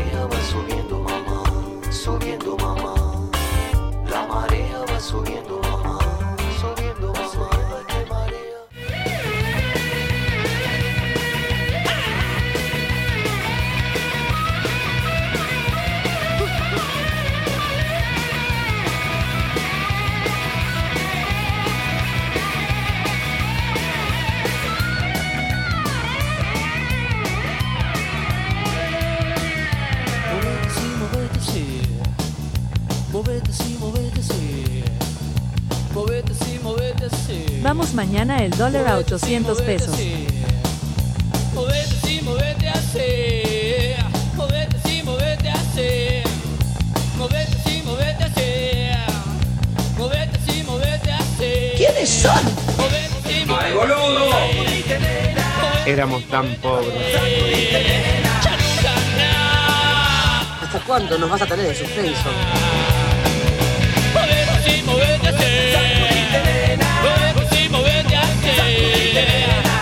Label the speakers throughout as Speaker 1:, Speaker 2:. Speaker 1: va subiendo, mamá, subiendo, mamá. La marea va subiendo, mamá, subiendo, mamá. Qué marea.
Speaker 2: Movete sí, movete sí, movete sí, movete sí, movete sí, movete sí.
Speaker 3: Vamos mañana el dólar a 800 pesos.
Speaker 2: Movete sí, movete así, movete sí, movete así, movete sí, movete así, movete sí, movete así. ¿Quiénes son? Movete sí, movete boludo!
Speaker 4: Éramos tan pobres.
Speaker 5: ¿Hasta cuándo nos vas a tener en suspenso?
Speaker 2: Movete sí, movete así, movete sí, movete así.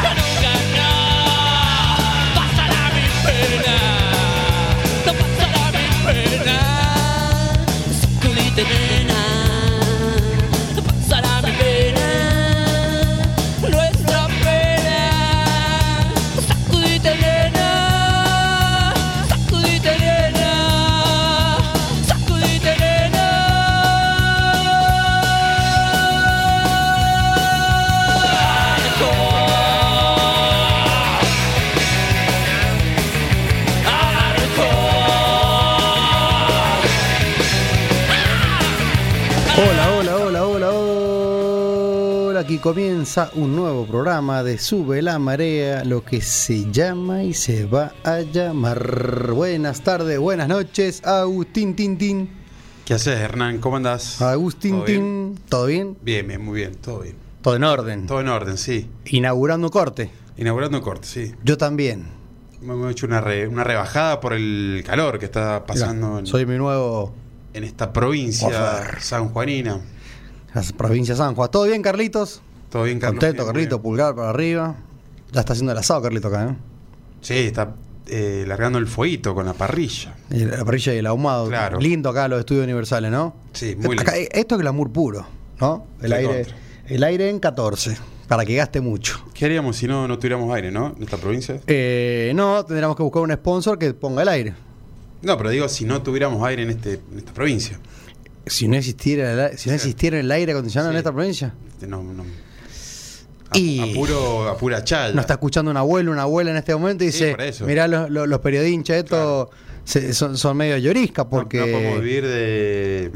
Speaker 2: Ya nunca no pasará mi pena, no pasará mi pena. Saculite nena, no pasará mi pena, nuestra pena. Sacudite nena, sacudite nena, sacudite nena.
Speaker 6: Hola, hola, hola, hola, hola. Aquí comienza un nuevo programa de Sube la Marea, lo que se llama y se va a llamar. Buenas tardes, buenas noches, Agustín Tintín.
Speaker 7: ¿Qué haces, Hernán? ¿Cómo andás?
Speaker 6: Agustín
Speaker 7: ¿Todo bien?
Speaker 6: Tin, ¿todo bien?
Speaker 7: Bien, bien, muy bien, todo bien.
Speaker 6: Todo en orden.
Speaker 7: Todo en orden, sí.
Speaker 6: Inaugurando corte.
Speaker 7: Inaugurando corte, sí.
Speaker 6: Yo también.
Speaker 7: Me hemos hecho una, re- una rebajada por el calor que está pasando
Speaker 6: Mirá,
Speaker 7: en,
Speaker 6: Soy mi nuevo
Speaker 7: en esta provincia
Speaker 6: Ofer.
Speaker 7: sanjuanina.
Speaker 6: as- provincia de San Juan. ¿Todo bien, Carlitos?
Speaker 7: ¿Todo bien, Carlos?
Speaker 6: Contento,
Speaker 7: Bien, muy
Speaker 6: Carlito,
Speaker 7: bien.
Speaker 6: pulgar para arriba. Ya está haciendo el asado, Carlito, acá, ¿eh?
Speaker 7: Sí, está eh, largando el fueguito con la parrilla.
Speaker 6: El- La parrilla y el ahumado.
Speaker 7: Claro.
Speaker 6: Lindo acá los estudios universales, ¿no?
Speaker 7: Sí, muy
Speaker 6: Acá,
Speaker 7: lindo.
Speaker 6: Esto es glamour puro, ¿no? El
Speaker 7: De
Speaker 6: aire,
Speaker 7: contra.
Speaker 6: el aire en 14, para que gaste mucho.
Speaker 7: ¿Qué haríamos si no, no tuviéramos aire, no? En esta provincia.
Speaker 6: Eh, no, tendríamos que buscar un sponsor que ponga el aire.
Speaker 7: No, pero digo, si no tuviéramos aire en, este, en esta provincia.
Speaker 6: Si no existiera el, a- si no
Speaker 7: Sí.
Speaker 6: existiera el aire acondicionado en
Speaker 7: Sí.
Speaker 6: esta provincia.
Speaker 7: Este, No, no. A,
Speaker 6: Y-
Speaker 7: a puro, a pura chaya.
Speaker 6: Nos está escuchando un abuelo, una abuela en este momento y
Speaker 7: Sí,
Speaker 6: dice,
Speaker 7: por eso.
Speaker 6: mirá los, los, los periodinchas estos se- son, son medio llorisca
Speaker 7: No-
Speaker 6: porque...
Speaker 7: No, podemos vivir de,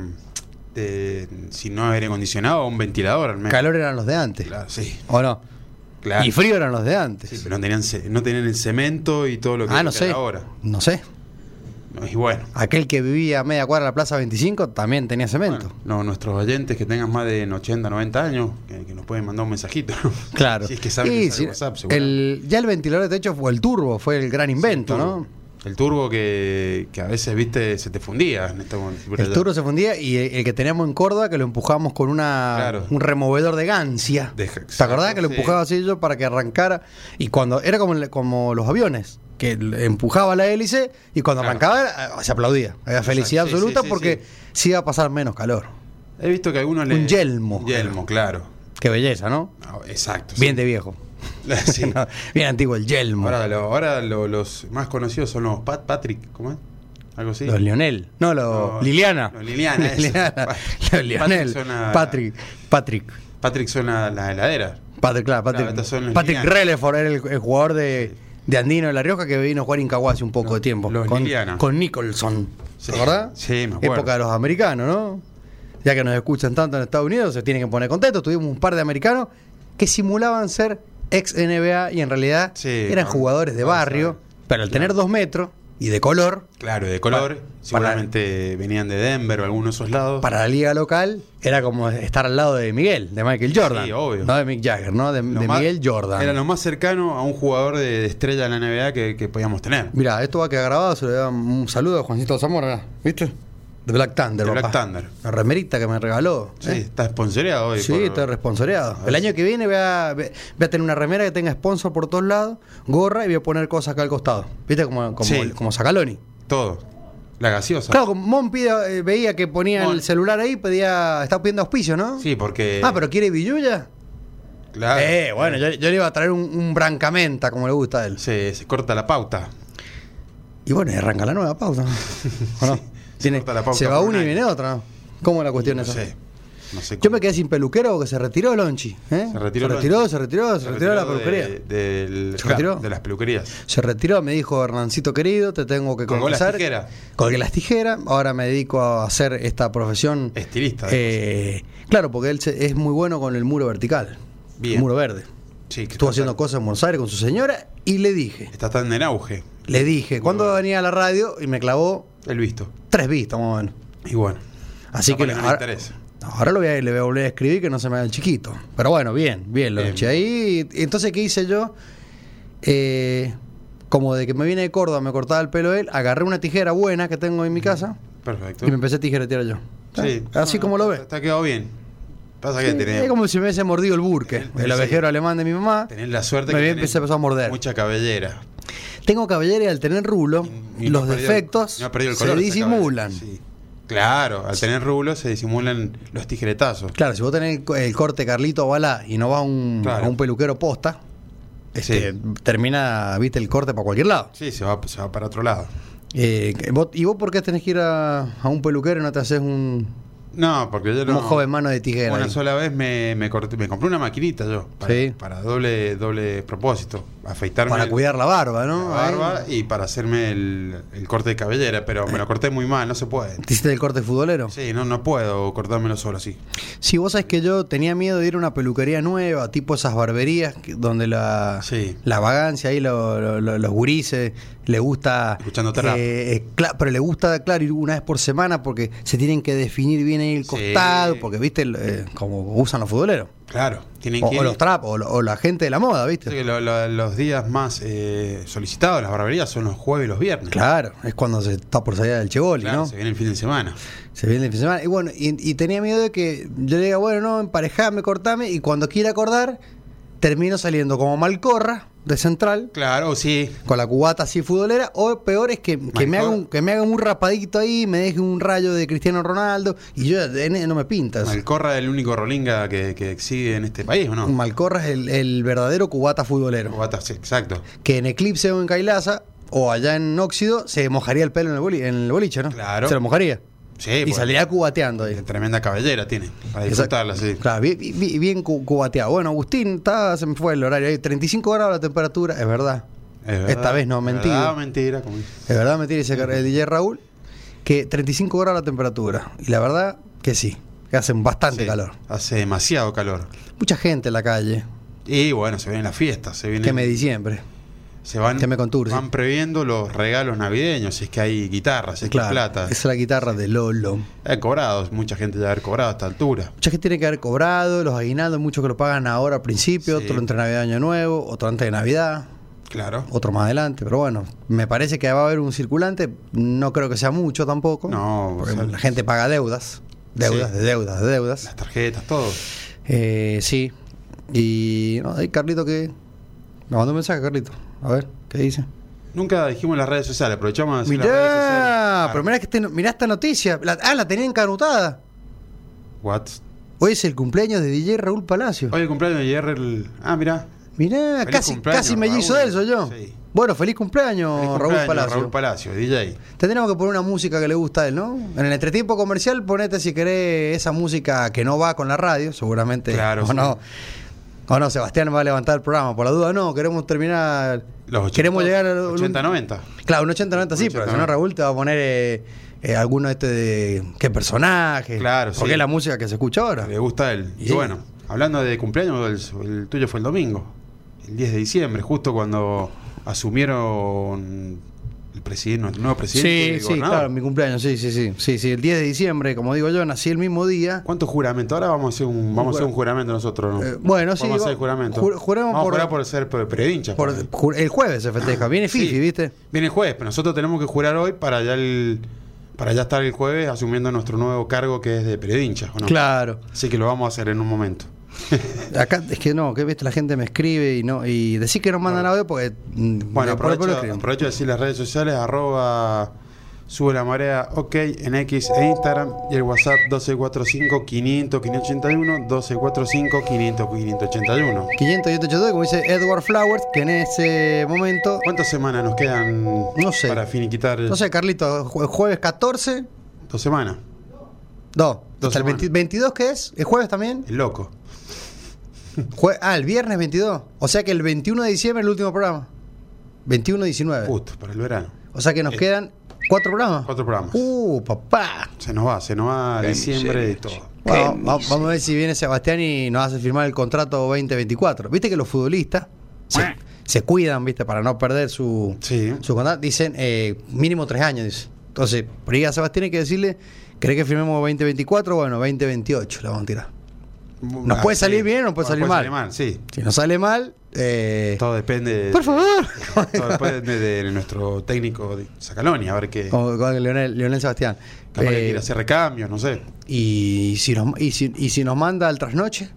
Speaker 7: de- Si no aire acondicionado, un ventilador al menos.
Speaker 6: Calor eran los de antes.
Speaker 7: Claro, sí,
Speaker 6: ¿O no?
Speaker 7: claro.
Speaker 6: Y frío eran los de antes.
Speaker 7: Sí, pero no tenían, ce- no tenían el cemento y todo lo que
Speaker 6: ah, no
Speaker 7: tienen
Speaker 6: sé.
Speaker 7: ahora.
Speaker 6: No sé.
Speaker 7: No, y bueno.
Speaker 6: Aquel que vivía a media cuadra de la Plaza 25 también tenía cemento.
Speaker 7: bueno, no, nuestros oyentes que tengan más de 80, 90 años, que, que nos pueden mandar un mensajito. ¿no?
Speaker 6: Claro.
Speaker 7: Si es que saben
Speaker 6: Y
Speaker 7: usar
Speaker 6: si-
Speaker 7: WhatsApp, seguro.
Speaker 6: el, ya el ventilador de techo fue el turbo, fue el gran invento, ¿no?
Speaker 7: El turbo que, que a veces, viste, se te fundía. En este esta
Speaker 6: El turbo se fundía y el, el que teníamos en Córdoba que lo empujamos con una
Speaker 7: Claro.
Speaker 6: un removedor de gancia.
Speaker 7: De-
Speaker 6: ¿Te acordás que lo
Speaker 7: sí.
Speaker 6: empujaba así yo para que arrancara? Y cuando era como, el- como los aviones, que el- empujaba la hélice y cuando
Speaker 7: Claro.
Speaker 6: arrancaba eh, se aplaudía. Había felicidad
Speaker 7: Sí, sí,
Speaker 6: absoluta
Speaker 7: sí, sí,
Speaker 6: porque sí iba a pasar menos calor.
Speaker 7: He visto que algunos le.
Speaker 6: Un yelmo.
Speaker 7: Un yelmo, claro.
Speaker 6: Qué belleza, ¿no?
Speaker 7: Ah, Exacto. sí.
Speaker 6: Bien de viejo.
Speaker 7: Sí.
Speaker 6: Bien antiguo el yelmo.
Speaker 7: Ahora, lo- ahora lo- los más conocidos son los Pat Patrick, ¿cómo es? Algo así.
Speaker 6: Los Lionel. No, los
Speaker 7: No,
Speaker 6: Liliana.
Speaker 7: los Liliana, eso.
Speaker 6: Liliana. Los Lionel.
Speaker 7: Patrick suena-
Speaker 6: Patrick. Patrick.
Speaker 7: Patrick suena a la heladera.
Speaker 6: Patrick, claro, Patrick,
Speaker 7: Claro, estos son los
Speaker 6: Patrick
Speaker 7: Liliana.
Speaker 6: Releford era el, el jugador de, de Andino de La Rioja que vino a jugar en Caguá hace un poco de tiempo.
Speaker 7: los
Speaker 6: con,
Speaker 7: Liliana.
Speaker 6: con Nicholson.
Speaker 7: Sí,
Speaker 6: ¿Te acordás?
Speaker 7: sí, me acuerdo.
Speaker 6: Época de los americanos, ¿no? Ya que nos escuchan tanto en Estados Unidos, se tienen que poner contentos. Tuvimos un par de americanos que simulaban ser ex NBA y en realidad
Speaker 7: Sí,
Speaker 6: eran
Speaker 7: con-
Speaker 6: jugadores de
Speaker 7: con-
Speaker 6: barrio, pero al tener dos metros y de color,
Speaker 7: Claro, de color.
Speaker 6: Pa-
Speaker 7: seguramente venían de Denver o alguno de esos lados.
Speaker 6: para la liga local era como estar al lado de Miguel, de Michael Jordan.
Speaker 7: Sí, obvio.
Speaker 6: No de Mick Jagger, ¿no? De,
Speaker 7: Lo
Speaker 6: de
Speaker 7: más-
Speaker 6: Miguel Jordan.
Speaker 7: Era lo más cercano a un jugador de, de estrella de la NBA que, que podíamos tener.
Speaker 6: Mira, esto va a quedar grabado, se le da un saludo a Juancito Zamora, ¿viste? De Black Thunder,
Speaker 7: De
Speaker 6: papá.
Speaker 7: Black Thunder.
Speaker 6: La remerita que me regaló.
Speaker 7: Sí,
Speaker 6: ¿eh?
Speaker 7: está esponsoreado hoy.
Speaker 6: Sí,
Speaker 7: por-
Speaker 6: estoy responsoreado.
Speaker 7: ver
Speaker 6: El
Speaker 7: si-
Speaker 6: año que viene voy a, voy a tener una remera que tenga sponsor por todos lados, gorra y voy a poner cosas acá al costado. ¿Viste? Como, como,
Speaker 7: Sí.
Speaker 6: como Sacaloni.
Speaker 7: Todo. La gaseosa.
Speaker 6: Claro, como Mon pide, eh, veía que ponía
Speaker 7: Mon.
Speaker 6: el celular ahí, pedía, está pidiendo auspicio, ¿no?
Speaker 7: Sí, eh. porque.
Speaker 6: Ah, pero ¿quiere Villuya?
Speaker 7: Claro.
Speaker 6: eh, bueno, yo, yo le iba a traer un, un brancamenta, como le gusta a él.
Speaker 7: Se, se corta la pauta.
Speaker 6: Y bueno, y arranca la nueva pauta. ¿O no? Tiene-
Speaker 7: corta la pauta
Speaker 6: se va
Speaker 7: por
Speaker 6: una
Speaker 7: un
Speaker 6: y viene
Speaker 7: año.
Speaker 6: otra. ¿no? ¿Cómo es la cuestión
Speaker 7: No
Speaker 6: esa?
Speaker 7: sé. No sé
Speaker 6: Yo
Speaker 7: cómo.
Speaker 6: me quedé sin peluquero porque se retiró Lonchi. ¿eh?
Speaker 7: Se retiró
Speaker 6: se retiró,
Speaker 7: Lonchi.
Speaker 6: se retiró, se retiró de la peluquería.
Speaker 7: de- del-
Speaker 6: Se retiró.
Speaker 7: de las peluquerías.
Speaker 6: Se retiró, me dijo Hernancito querido, te tengo que
Speaker 7: Colgó las
Speaker 6: confesar.
Speaker 7: tijeras.
Speaker 6: Colgué las tijeras, ahora me dedico a hacer esta profesión.
Speaker 7: Estilista.
Speaker 6: eh, claro, porque él se- es muy bueno con el muro vertical.
Speaker 7: Bien.
Speaker 6: el Muro verde.
Speaker 7: Sí, que
Speaker 6: Estuvo
Speaker 7: está-
Speaker 6: haciendo cosas en Buenos Aires con su señora y le dije,
Speaker 7: Está tan en auge
Speaker 6: le dije, cuando venía a la radio y me clavó
Speaker 7: el visto.
Speaker 6: tres vistas más o menos.
Speaker 7: Y bueno.
Speaker 6: Así
Speaker 7: capaz
Speaker 6: que
Speaker 7: no le
Speaker 6: ahora-
Speaker 7: interesa.
Speaker 6: Ahora lo voy a, le voy a volver a escribir que no se me haga el chiquito. Pero bueno, bien, bien, lo
Speaker 7: Bien.
Speaker 6: eché ahí. Entonces, ¿qué hice yo? Eh, como de que me vine de Córdoba, me cortaba el pelo él, agarré una tijera buena que tengo en mi casa
Speaker 7: Perfecto.
Speaker 6: y me empecé a tijeretear yo.
Speaker 7: Sí.
Speaker 6: Así
Speaker 7: No,
Speaker 6: como lo
Speaker 7: está-
Speaker 6: ves.
Speaker 7: Está quedado bien. Pasa que tenés,
Speaker 6: Es como si me hubiese mordido el burke,
Speaker 7: Tenés-
Speaker 6: el abejero alemán de mi mamá.
Speaker 7: tenés la suerte
Speaker 6: Me
Speaker 7: que
Speaker 6: había
Speaker 7: tenés
Speaker 6: empezado a morder.
Speaker 7: Mucha cabellera.
Speaker 6: Tengo cabellera y al tener rulo,
Speaker 7: Y no
Speaker 6: los
Speaker 7: ha perdido-
Speaker 6: defectos
Speaker 7: no ha perdido el
Speaker 6: se
Speaker 7: color esa
Speaker 6: disimulan.
Speaker 7: cabellera, sí. Claro, al tener rulos se disimulan los tijeretazos.
Speaker 6: Claro, si vos tenés el, co- el corte Carlito Balá y no vas a un,
Speaker 7: Claro.
Speaker 6: a un peluquero posta, este,
Speaker 7: Sí.
Speaker 6: termina, viste, el corte para cualquier lado.
Speaker 7: Sí, se va, se va para otro lado.
Speaker 6: Eh, vos- ¿Y vos por qué tenés que ir a, a un peluquero y no te haces un,
Speaker 7: No, porque yo no.
Speaker 6: un joven mano de tijera?
Speaker 7: Una
Speaker 6: ahí?
Speaker 7: sola vez me, me, corté- me compré una maquinita yo. Para,
Speaker 6: Sí.
Speaker 7: para doble, doble propósito. Afeitarme.
Speaker 6: Para
Speaker 7: el-
Speaker 6: cuidar la barba,
Speaker 7: la
Speaker 6: ¿no?
Speaker 7: barba
Speaker 6: Ahí.
Speaker 7: y para hacerme el, el corte de cabellera, pero me lo corté muy mal, no se puede.
Speaker 6: ¿Te hiciste el corte futbolero?
Speaker 7: Sí, no, no puedo cortármelo solo así.
Speaker 6: Sí, vos sabés que yo tenía miedo de ir a una peluquería nueva, tipo esas barberías que- donde la,
Speaker 7: Sí.
Speaker 6: la vagancia ahí, lo- lo- lo- los gurises, le gusta...
Speaker 7: Escuchando trap.
Speaker 6: eh, eh, cla- pero le gusta, claro, ir una vez por semana porque se tienen que definir bien ahí el
Speaker 7: Sí.
Speaker 6: costado, porque, viste, el, eh, como usan los futboleros.
Speaker 7: Claro, tienen
Speaker 6: O,
Speaker 7: que.
Speaker 6: o los trap, o, lo- o la gente de la moda, viste.
Speaker 7: Sí, que lo- lo- los días más eh, solicitados en las barberías son los jueves y los viernes.
Speaker 6: Claro, es cuando se está por salir del Cheboli,
Speaker 7: Claro,
Speaker 6: ¿no?
Speaker 7: se viene el fin de semana.
Speaker 6: Se viene el fin de semana. Y bueno, y, y tenía miedo de que yo le diga, bueno, no, emparejame, cortame, y cuando quiera acordar, termino saliendo como Malcorra de Central,
Speaker 7: Claro, sí.
Speaker 6: con la cubata así futbolera, o peor es que, que me,
Speaker 7: Malcorra.
Speaker 6: haga un, que me haga un rapadito ahí, me deje un rayo de Cristiano Ronaldo, y yo de- de- no me pintas.
Speaker 7: Malcorra es el único rolinga que, que exige en este país, ¿o no?
Speaker 6: Malcorra es el, el verdadero cubata futbolero.
Speaker 7: Cubata, sí, exacto.
Speaker 6: Que en Eclipse o en Cailaza, o allá en Óxido, se mojaría el pelo en el, boli- en el boliche, ¿no?
Speaker 7: Claro.
Speaker 6: Se lo mojaría.
Speaker 7: Sí,
Speaker 6: y
Speaker 7: pues,
Speaker 6: saliría cubateando ahí.
Speaker 7: Tremenda cabellera tiene. Para disfrutarla, sí.
Speaker 6: Claro, bien, bien- bien cu- cubateado. Bueno, Agustín, está, se me fue el horario. ahí, 35 grados la temperatura, es verdad.
Speaker 7: Es verdad,
Speaker 6: Esta vez no,
Speaker 7: es
Speaker 6: mentira.
Speaker 7: verdad, mentira. como dice.
Speaker 6: Es verdad, me tiene ese el DJ Raúl, que 35 grados la temperatura. Y la verdad que sí, que hace bastante
Speaker 7: Sí,
Speaker 6: calor.
Speaker 7: Hace demasiado calor.
Speaker 6: Mucha gente en la calle,
Speaker 7: Y bueno, se vienen las fiestas, se vienen.
Speaker 6: que me diciembre.
Speaker 7: se van,
Speaker 6: que me conturce.
Speaker 7: van previendo los regalos navideños, si es que hay guitarras, si es
Speaker 6: Claro,
Speaker 7: que hay plata.
Speaker 6: es la guitarra de Lolo.
Speaker 7: He cobrado, mucha gente ya ha cobrado a esta altura.
Speaker 6: Mucha gente tiene que haber cobrado, los aguinaldos, muchos que lo pagan ahora al principio,
Speaker 7: Sí.
Speaker 6: otro entre Navidad y Año Nuevo, otro antes de Navidad.
Speaker 7: Claro.
Speaker 6: otro más adelante, pero bueno, me parece que va a haber un circulante, no creo que sea mucho tampoco.
Speaker 7: No,
Speaker 6: porque
Speaker 7: o sea,
Speaker 6: la gente paga deudas, deudas,
Speaker 7: Sí.
Speaker 6: de deudas, de deudas.
Speaker 7: Las tarjetas, todo.
Speaker 6: Eh, sí, y no, ahí Carlito que me mandó un mensaje, Carlito, a ver, ¿qué dice?
Speaker 7: Nunca dijimos las redes sociales, aprovechamos de decir las redes
Speaker 6: Mirá,
Speaker 7: sociales.
Speaker 6: pero mirá, que este- mirá esta noticia, La- ah, la tenía encanutada.
Speaker 7: What?
Speaker 6: Hoy es el cumpleaños de DJ Raúl Palacio.
Speaker 7: Hoy el cumpleaños de ayer el... Ah, mirá.
Speaker 6: Mirá,
Speaker 7: Feliz
Speaker 6: casi,
Speaker 7: cumpleaños,
Speaker 6: casi mellizo
Speaker 7: Raúl.
Speaker 6: de él soy yo.
Speaker 7: Sí.
Speaker 6: Bueno, feliz cumpleaños,
Speaker 7: Feliz
Speaker 6: Raúl
Speaker 7: cumpleaños,
Speaker 6: Palacio.
Speaker 7: Raúl Palacio, DJ.
Speaker 6: Tendríamos que poner una música que le gusta a él, ¿no? En el entretiempo comercial, ponete si querés esa música que no va con la radio, seguramente.
Speaker 7: Claro,
Speaker 6: O no, o no Sebastián va a levantar el programa. Por la duda, no, queremos terminar.
Speaker 7: Los 80,
Speaker 6: queremos llegar al.
Speaker 7: 80, 90.
Speaker 6: Claro, un 80, 90, sí,
Speaker 7: Un 80,
Speaker 6: pero si no,
Speaker 7: 90.
Speaker 6: Raúl te va a poner eh, eh, alguno este de. ¿Qué personaje?
Speaker 7: Claro,
Speaker 6: Porque
Speaker 7: sí.
Speaker 6: es la música que se escucha ahora.
Speaker 7: Le gusta a él. Y
Speaker 6: Sí.
Speaker 7: bueno, hablando de cumpleaños, el, el tuyo fue el domingo, el 10 de diciembre, justo cuando asumieron el presidente, el nuevo presidente.
Speaker 6: Sí,
Speaker 7: el
Speaker 6: sí,
Speaker 7: gobernador.
Speaker 6: claro, mi cumpleaños, sí, sí, sí. Sí, sí, el 10 de diciembre, como digo yo, nací el mismo día.
Speaker 7: ¿Cuántos juramentos? Ahora vamos a hacer un, vamos a hacer un juramento nosotros. ¿no?
Speaker 6: Eh, bueno, sí,
Speaker 7: Vamos
Speaker 6: va-
Speaker 7: a hacer juramento.
Speaker 6: ju- juremos
Speaker 7: vamos
Speaker 6: por-
Speaker 7: a jurar por ser pe- periodinchas.
Speaker 6: Por-
Speaker 7: por-
Speaker 6: ju- el jueves se festeja, viene
Speaker 7: Ah, Sí.
Speaker 6: Fifi, ¿viste?
Speaker 7: Viene el jueves, pero nosotros tenemos que jurar hoy para ya el para ya estar el jueves asumiendo nuestro nuevo cargo que es de periodinchas, ¿o no?
Speaker 6: Claro.
Speaker 7: Así que lo vamos a hacer en un momento.
Speaker 6: Acá es que no, que viste, la gente me escribe y no y decir que no mandan audio porque mm,
Speaker 7: Bueno,
Speaker 6: de- por- por-
Speaker 7: aprovecho,
Speaker 6: escriben.
Speaker 7: aprovecho de decir las redes sociales, arroba sube la marea, ok, en X e Instagram y el WhatsApp 1245-500-581, 1245-500-581.
Speaker 6: 500 y 882, como dice Edward Flowers, que en ese momento
Speaker 7: ¿Cuántas semanas nos quedan
Speaker 6: No sé.
Speaker 7: para finiquitar?
Speaker 6: no sé, Carlito, jue- jueves 14,
Speaker 7: Dos semanas.
Speaker 6: no,
Speaker 7: Dos
Speaker 6: hasta el 20 22 que es, el jueves también.
Speaker 7: El loco.
Speaker 6: Jue- ah, el viernes 22, o sea que el 21 de diciembre es el último programa. 21 19.
Speaker 7: Justo, para el verano.
Speaker 6: o sea que nos quedan cuatro programas.
Speaker 7: Eh. Cuatro programas.
Speaker 6: Uh, papá.
Speaker 7: Se nos va, se nos va diciembre y todo.
Speaker 6: Bueno, va- vamos a ver si viene Sebastián y nos hace firmar el contrato 2024. Viste que los futbolistas se, se cuidan, viste, para no perder su,
Speaker 7: Sí.
Speaker 6: su contrato. Dicen eh, mínimo tres años, dice. Entonces, por ahí a Sebastián hay que decirle, ¿cree que firmemos 2024? Bueno, 2028 la vamos a tirar. ¿Nos
Speaker 7: Ah,
Speaker 6: puede salir bien o nos puede salir mal?
Speaker 7: sí.
Speaker 6: Si nos sale mal, eh,
Speaker 7: Todo depende.
Speaker 6: por favor.
Speaker 7: Todo depende de nuestro técnico de Sacaloni, a ver qué.
Speaker 6: Como con Leonel, Leonel Sebastián.
Speaker 7: Capaz que
Speaker 6: Eh,
Speaker 7: quiere hacer recambios, no sé.
Speaker 6: y, si nos, y, si, y si nos manda al trasnoche,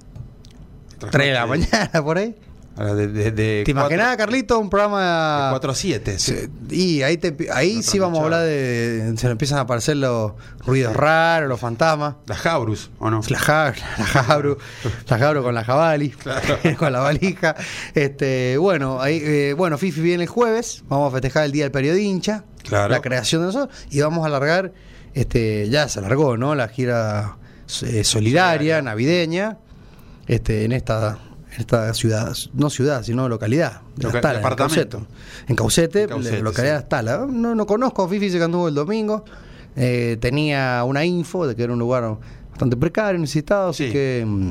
Speaker 6: 3 de la mañana por ahí.
Speaker 7: Ahora, de- de- de
Speaker 6: ¿Te
Speaker 7: cuatro-
Speaker 6: imaginás, Carlito, un
Speaker 7: de
Speaker 6: programa...
Speaker 7: 4 a 7. sí.
Speaker 6: Se- Y ahí, te, ahí
Speaker 7: Otra
Speaker 6: sí vamos a
Speaker 7: nochada.
Speaker 6: hablar de. Se nos empiezan a aparecer los ruidos raros, los fantasmas.
Speaker 7: Las Jaurus, ¿o no?
Speaker 6: La, ja- la Jabru, la Jabru con la Jabali,
Speaker 7: Claro.
Speaker 6: con la valija. Este, bueno, ahí, eh, bueno, Fifi viene el jueves, vamos a festejar el Día del Periodincha,
Speaker 7: Claro.
Speaker 6: la creación de nosotros, y vamos a alargar, este, ya se alargó, ¿no? La gira eh, solidaria,
Speaker 7: Solidaria.
Speaker 6: navideña, este, en esta, en esta ciudad, no ciudad, sino localidad, de Las
Speaker 7: Loca-
Speaker 6: Talas, en
Speaker 7: departamento.
Speaker 6: Cauceto. En Caucete,
Speaker 7: En Caucete,
Speaker 6: la localidad de
Speaker 7: sí.
Speaker 6: Las Talas. No, no conozco a Fifi, se que anduvo el domingo. Eh, tenía una info de que era un lugar bastante precario, necesitado, así
Speaker 7: Sí.
Speaker 6: que mm,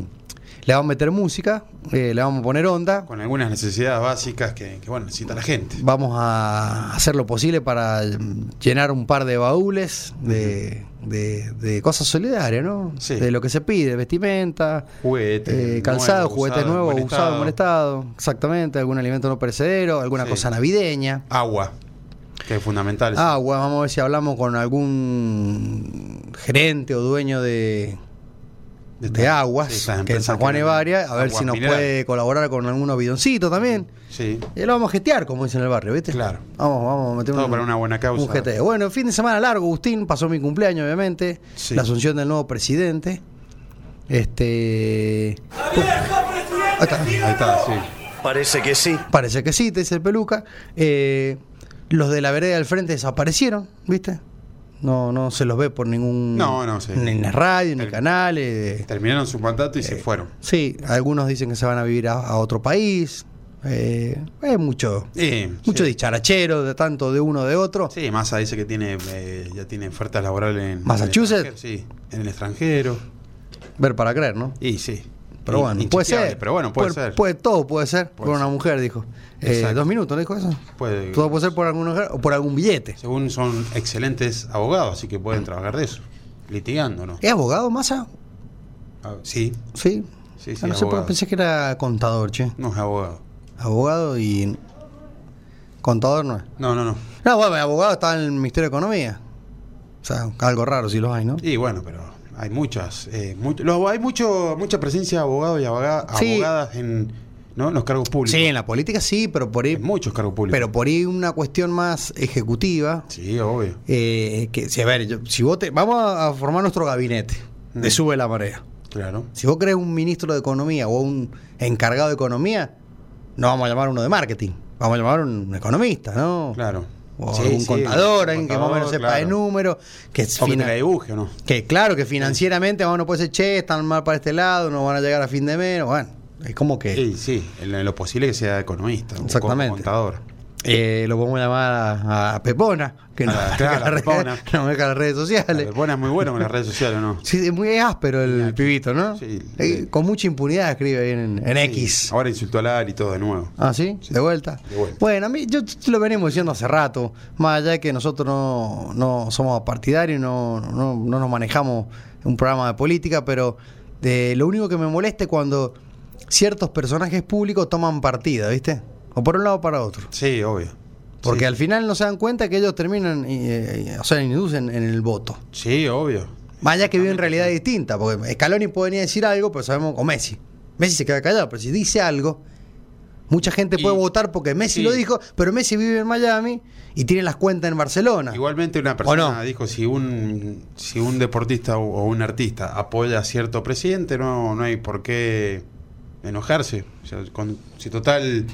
Speaker 6: le vamos a meter música, eh, le vamos a poner onda.
Speaker 7: Con algunas necesidades básicas que, que, bueno, necesita la gente.
Speaker 6: Vamos a hacer lo posible para mm, llenar un par de baúles de, de- de cosas solidarias, ¿no?
Speaker 7: Sí.
Speaker 6: De lo que se pide, vestimenta,
Speaker 7: Juguetes.
Speaker 6: eh, calzado,
Speaker 7: nuevos,
Speaker 6: juguetes
Speaker 7: usados, en
Speaker 6: nuevos,
Speaker 7: buen
Speaker 6: usados, en buen
Speaker 7: estado.
Speaker 6: estado, exactamente, algún alimento no perecedero, alguna
Speaker 7: Sí.
Speaker 6: cosa navideña.
Speaker 7: Agua, que es fundamental. eso.
Speaker 6: Ah, bueno, vamos a ver si hablamos con algún gerente o dueño de,
Speaker 7: De
Speaker 6: de
Speaker 7: estas-
Speaker 6: aguas,
Speaker 7: sí,
Speaker 6: que
Speaker 7: estas
Speaker 6: en
Speaker 7: empresas
Speaker 6: San Juan
Speaker 7: que
Speaker 6: es
Speaker 7: venden
Speaker 6: varias, a ver
Speaker 7: agua
Speaker 6: si nos
Speaker 7: mineral.
Speaker 6: puede colaborar con algún bidoncito también.
Speaker 7: Sí.
Speaker 6: Y lo vamos a jetear, como dicen en el barrio, ¿viste?
Speaker 7: Claro.
Speaker 6: Vamos, vamos a meter
Speaker 7: Todo para una buena causa.
Speaker 6: Un jeteo. Bueno, fin de semana largo, Agustín, pasó mi cumpleaños, obviamente,
Speaker 7: Sí.
Speaker 6: la asunción del nuevo presidente. Este. Ahí está.
Speaker 7: Ahí está, sí.
Speaker 8: Parece que sí.
Speaker 6: Parece que sí, te dice el peluca. Eh, los de la vereda del frente desaparecieron, ¿viste? No, no se los ve por ningún.
Speaker 7: No, no, sí.
Speaker 6: Ni en la radio, ni en
Speaker 7: El-
Speaker 6: canales. eh.
Speaker 7: Terminaron su mandato y se fueron.
Speaker 6: Sí, algunos dicen que se van a vivir a, a otro país. Eh, hay mucho,
Speaker 7: Eh,
Speaker 6: mucho
Speaker 7: sí.
Speaker 6: dicharachero, de tanto de uno de otro.
Speaker 7: Sí, Massa dice que tiene eh, ya tiene ofertas laborales en
Speaker 6: ¿Massachusetts?
Speaker 7: en el extranjero, sí, en el extranjero.
Speaker 6: Ver para creer, ¿no?
Speaker 7: Y sí.
Speaker 6: Pero
Speaker 7: Y-
Speaker 6: bueno, puede
Speaker 7: inchequeable,
Speaker 6: ser.
Speaker 7: Pero bueno, puede, ser.
Speaker 6: todo puede ser
Speaker 7: Puede
Speaker 6: por una
Speaker 7: ser.
Speaker 6: mujer, dijo. Eh,
Speaker 7: Exacto.
Speaker 6: dos minutos, ¿no dijo eso?
Speaker 7: Puede-
Speaker 6: Todo puede ser por alguna mujer o por algún billete.
Speaker 7: Según son excelentes abogados, así que pueden trabajar de eso. Litigando, ¿no?
Speaker 6: ¿Es abogado, Massa?
Speaker 7: Ah, Sí,
Speaker 6: Sí.
Speaker 7: sí, sí.
Speaker 6: Ah, no sé por qué
Speaker 7: abogado.
Speaker 6: pensé que era contador, che.
Speaker 7: No es abogado.
Speaker 6: Abogado y. Contador no es.
Speaker 7: No, no, no.
Speaker 6: No, bueno, abogado está en el Ministerio de Economía. O sea, algo raro si los hay, ¿no?
Speaker 7: Y bueno, pero hay muchas. eh, mucho- los- hay mucho, mucha presencia de abogados y aboga-
Speaker 6: Sí.
Speaker 7: abogadas en, ¿no? en los cargos públicos.
Speaker 6: Sí, en la política sí, pero por ahí.
Speaker 7: En muchos cargos públicos.
Speaker 6: Pero por ahí una cuestión más ejecutiva.
Speaker 7: sí, obvio.
Speaker 6: eh, que, si, a ver, yo- si vos te. Vamos a a formar nuestro gabinete de
Speaker 7: Mm.
Speaker 6: sube la marea.
Speaker 7: Claro.
Speaker 6: Si vos crees un ministro de Economía o un encargado de Economía, no vamos a llamar uno de marketing. vamos a llamar un economista, ¿no?
Speaker 7: Claro.
Speaker 6: O
Speaker 7: Sí,
Speaker 6: algún
Speaker 7: sí,
Speaker 6: contador, alguien que más o menos
Speaker 7: contador,
Speaker 6: sepa de
Speaker 7: claro.
Speaker 6: números, que, es
Speaker 7: O que te
Speaker 6: fina-
Speaker 7: la dibuje, ¿o no?
Speaker 6: que claro, que financieramente uno puede ser, che, están mal para este lado, no van a llegar a fin de mes, bueno, es como que...
Speaker 7: Sí, sí, en lo- en lo posible que sea economista. o
Speaker 6: Exactamente.
Speaker 7: Contador.
Speaker 6: Eh, lo podemos llamar a, a Pepona, que no,
Speaker 7: Ah,
Speaker 6: que
Speaker 7: claro,
Speaker 6: la re-
Speaker 7: Pepona.
Speaker 6: no maneja las redes sociales.
Speaker 7: Pepona es muy bueno con las redes sociales, ¿o no?
Speaker 6: Sí, es muy áspero el pibito, ¿no?
Speaker 7: Sí.
Speaker 6: Eh, con mucha impunidad escribe ahí en, en X.
Speaker 7: Ahora insultó al Ari y todo de nuevo.
Speaker 6: ¿Ah, sí? ¿De vuelta?
Speaker 7: De vuelta.
Speaker 6: Bueno, a mí, yo te lo venimos diciendo hace rato, más allá de que nosotros no, no somos partidarios, no, no, no nos manejamos un programa de política, pero de, lo único que me molesta es cuando ciertos personajes públicos toman partida, ¿viste? O por un lado o para otro.
Speaker 7: Sí, obvio.
Speaker 6: Porque
Speaker 7: Sí.
Speaker 6: al final no se dan cuenta que ellos terminan, eh, eh, o sea, inducen en el voto.
Speaker 7: Sí, obvio.
Speaker 6: Más allá que viven realidad distinta, porque Scaloni puede venir a decir algo, pero sabemos, o Messi. Messi se queda callado, pero si dice algo, mucha gente
Speaker 7: Y-
Speaker 6: puede votar porque Messi
Speaker 7: sí.
Speaker 6: lo dijo, pero Messi vive en Miami y tiene las cuentas en Barcelona.
Speaker 7: Igualmente una persona
Speaker 6: no?
Speaker 7: dijo si un si un deportista o o un artista apoya a cierto presidente, no, no hay por qué enojarse. O sea, con- si total,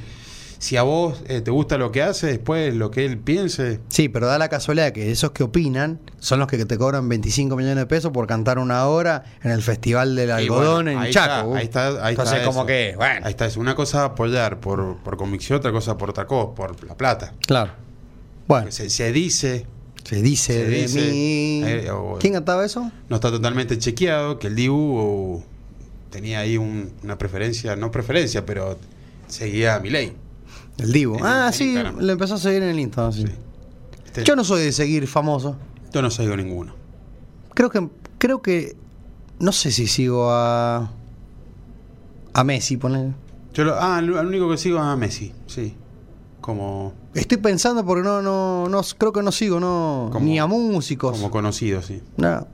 Speaker 7: si a vos eh, te gusta lo que hace, después lo que él piense,
Speaker 6: Sí, pero da la casualidad que esos que opinan son los que te cobran 25 millones de pesos por cantar una hora en el Festival del
Speaker 7: Y
Speaker 6: Algodón
Speaker 7: bueno,
Speaker 6: en
Speaker 7: ahí
Speaker 6: Chaco. uh.
Speaker 7: está, ahí está, ahí
Speaker 6: Entonces,
Speaker 7: está
Speaker 6: como
Speaker 7: eso.
Speaker 6: que, bueno.
Speaker 7: Ahí está, es una cosa apoyar por, por convicción, otra cosa por tacos, por la plata.
Speaker 6: Claro. Bueno,
Speaker 7: Se, se dice,
Speaker 6: se dice
Speaker 7: se
Speaker 6: de
Speaker 7: dice-
Speaker 6: mí.
Speaker 7: eh, o-
Speaker 6: ¿Quién cantaba eso?
Speaker 7: no está totalmente chequeado, que el Dibu o, tenía ahí un- una preferencia, no preferencia, pero seguía a Milei.
Speaker 6: El Divo.
Speaker 7: En-
Speaker 6: Ah,
Speaker 7: en
Speaker 6: sí,
Speaker 7: Instagram.
Speaker 6: lo empezó a seguir en el Instagram. sí.
Speaker 7: Sí. Este-
Speaker 6: Yo no soy de seguir famoso.
Speaker 7: yo no sigo ninguno.
Speaker 6: Creo que creo que no sé si sigo a a Messi, ponele.
Speaker 7: Yo lo- ah, lo, lo único que sigo es a Messi, sí. Como,
Speaker 6: Estoy pensando porque no no no creo que no sigo no
Speaker 7: Como-
Speaker 6: ni a músicos.
Speaker 7: como conocido, sí.
Speaker 6: No.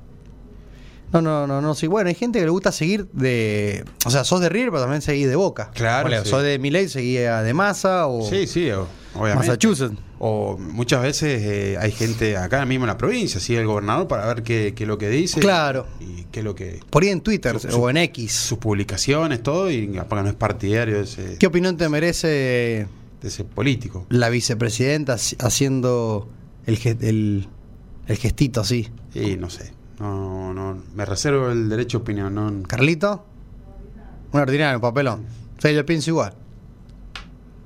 Speaker 6: No, no, no, no, sí. Bueno, hay gente que le gusta seguir de. O sea, sos de River, pero también seguís de Boca.
Speaker 7: Claro,
Speaker 6: Ponele,
Speaker 7: sí.
Speaker 6: Sos de Miley, seguía de Massa o
Speaker 7: Sí, sí, o- obviamente.
Speaker 6: Massachusetts.
Speaker 7: O muchas veces eh, hay gente acá mismo en la provincia, sigue el gobernador para ver qué, qué es lo que dice.
Speaker 6: Claro.
Speaker 7: Y qué es lo que.
Speaker 6: Por ahí en Twitter
Speaker 7: Su- su-
Speaker 6: o en X.
Speaker 7: Sus publicaciones, todo, y capaz que no es partidario de ese,
Speaker 6: ¿Qué opinión te merece
Speaker 7: de ese político.
Speaker 6: la vicepresidenta haci- haciendo el, ge- el, el gestito así.
Speaker 7: Y no sé. No, no, no, me reservo el derecho de opinión. No,
Speaker 6: Carlito, un ordinario, un papelón. Sí, yo pienso igual.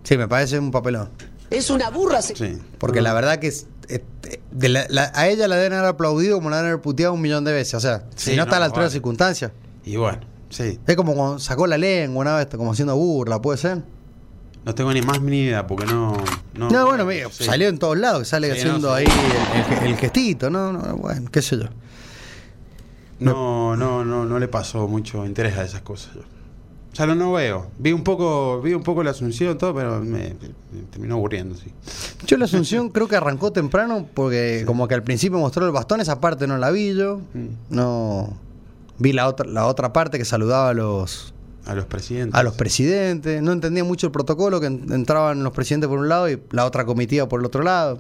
Speaker 6: Sí, me parece un papelón.
Speaker 5: Es una burra. se-
Speaker 7: sí.
Speaker 6: Porque la verdad que es- este, de la- la- a ella la deben haber aplaudido como la deben haber puteado un millón de veces. O sea, si
Speaker 7: Sí,
Speaker 6: no está a la altura
Speaker 7: no,
Speaker 6: de
Speaker 7: vale.
Speaker 6: las circunstancias.
Speaker 7: Y bueno, sí.
Speaker 6: Es como cuando sacó la lengua una vez, como haciendo burla, ¿puede ser?
Speaker 7: No tengo ni más ni idea porque no. No,
Speaker 6: No, bueno, me-
Speaker 7: sí.
Speaker 6: salió en todos lados, que sale
Speaker 7: Sí,
Speaker 6: haciendo
Speaker 7: no, sí.
Speaker 6: ahí el, el gestito, ¿no? no, Bueno, qué sé yo.
Speaker 7: No, no, no, no le pasó mucho interés a esas cosas. O sea, no, no veo. Vi un poco, vi un poco la Asunción, todo, pero me, me terminó aburriendo, sí.
Speaker 6: Yo la Asunción creo que arrancó temprano porque como que al principio mostró el bastón, esa parte no la vi yo.
Speaker 7: Mm.
Speaker 6: No vi la otra, la otra parte que saludaba a los
Speaker 7: A los presidentes.
Speaker 6: a los presidentes. No entendía mucho el protocolo que en- entraban los presidentes por un lado y la otra comitiva por el otro lado.